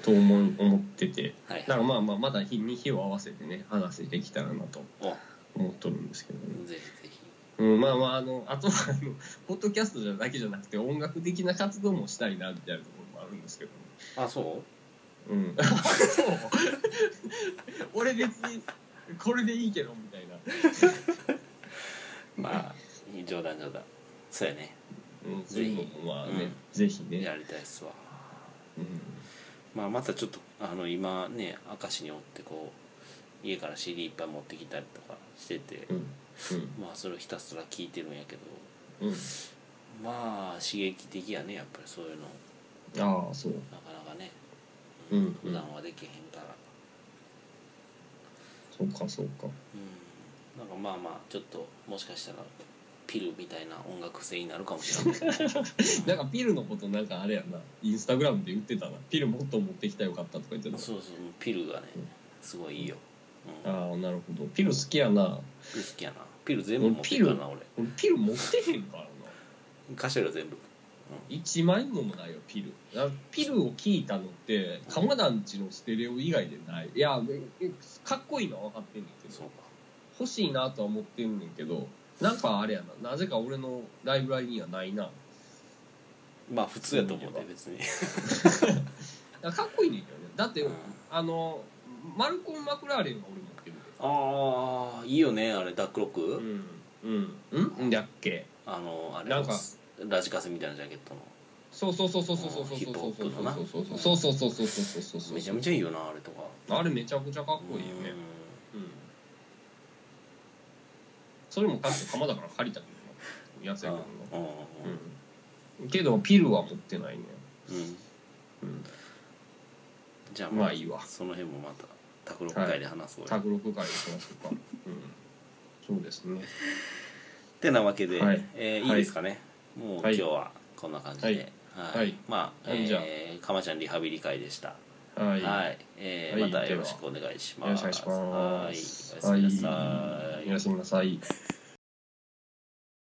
Speaker 2: と思う思ってて
Speaker 1: たなはい
Speaker 2: だからまあまあまだ日に日を合わせてね話せてきたらなと
Speaker 1: おぜ
Speaker 2: 思っとるんですけどね
Speaker 1: ひぜひ
Speaker 2: うん、まあまああのあとはあのポッドキャストじゃだけじゃなくて音楽的な活動もしたいなみたいなところもあるんですけどね
Speaker 1: あそう
Speaker 2: うん、そう俺別にこれでいいけどみたいな、
Speaker 1: まあ冗談冗談そうやね
Speaker 2: うん、
Speaker 1: ぜひ
Speaker 2: そういうのもまあね、
Speaker 1: うん
Speaker 2: ぜひね
Speaker 1: や、りたいっすわ
Speaker 2: うん、
Speaker 1: まあまたちょっとあの今ね明石におってこう家から CD いっぱい持ってきたりとかしてて、
Speaker 2: うん
Speaker 1: まあそれをひたすら聞いてるんやけど
Speaker 2: うんうん
Speaker 1: まあ刺激的やねやっぱりそういうの
Speaker 2: ああそう
Speaker 1: なかなかね、
Speaker 2: うん
Speaker 1: 普段はできへんから、
Speaker 2: そうかそう
Speaker 1: う
Speaker 2: か
Speaker 1: ん、なんかまあまあちょっともしかしたらピルみたいな音楽性になるかもし れない
Speaker 2: なんかピルのことなんかあれやなインスタグラムで言ってたなピルもっと持ってきたらよかったとか言ってた
Speaker 1: そうそうピルがねすごいいいよ、うん、
Speaker 2: ああなるほどピル好きやな
Speaker 1: ピル好きやなピル全部持ってるからな俺
Speaker 2: 俺ピル持ってへんからな
Speaker 1: 頭全部
Speaker 2: 1枚もないよピルあピルを聞いたのって鎌団地のステレオ以外でないいやええかっこいいのは分かってんねんけ
Speaker 1: そう
Speaker 2: ど
Speaker 1: か
Speaker 2: 欲しいなとは思ってんねんけどなんかあれやななぜか俺のライブラリにはないな
Speaker 1: まあ普通やと思うで別に
Speaker 2: かっこいいねんけどねだって、
Speaker 1: うん
Speaker 2: あのマルコン・マクラーレンが俺持ってる
Speaker 1: ああいいよねあれダックロック、
Speaker 2: でうんうんんだっけ
Speaker 1: あのあれ
Speaker 2: なんか
Speaker 1: ラジカセみたいなジャケットの
Speaker 2: そうそうそうそうそうそうそう
Speaker 1: ヒ
Speaker 2: そ
Speaker 1: ッ
Speaker 2: う
Speaker 1: プホ
Speaker 2: そう
Speaker 1: ップのな
Speaker 2: そうそうそうそうそうそうそうそう
Speaker 1: めちゃめちゃいいよなあれとか
Speaker 2: あれめちゃくちゃかっこいいよねうんそれもかつて鎌だから借りたけどな安いけどな
Speaker 1: うんうん
Speaker 2: うんけどピルは持ってないね
Speaker 1: うん
Speaker 2: うん
Speaker 1: じゃあ
Speaker 2: まあいいわ
Speaker 1: その辺もまた卓六会で話そうよ、
Speaker 2: 卓録会にしましょうかうんそうですね
Speaker 1: ってなわけで、
Speaker 2: はい
Speaker 1: えーいい
Speaker 2: はい
Speaker 1: ですかね、もう今
Speaker 2: はい
Speaker 1: 日はこんな感じで、
Speaker 2: は
Speaker 1: はいい
Speaker 2: はい
Speaker 1: まあ、
Speaker 2: じゃあ
Speaker 1: えー、かまちゃんリハビリ会でした
Speaker 2: は
Speaker 1: はいい、えー
Speaker 2: はい
Speaker 1: またよろしくお願いし
Speaker 2: よろ
Speaker 1: ま
Speaker 2: し
Speaker 1: す
Speaker 2: くお願いします
Speaker 1: はいおやすみなさい、
Speaker 2: おやすみなさい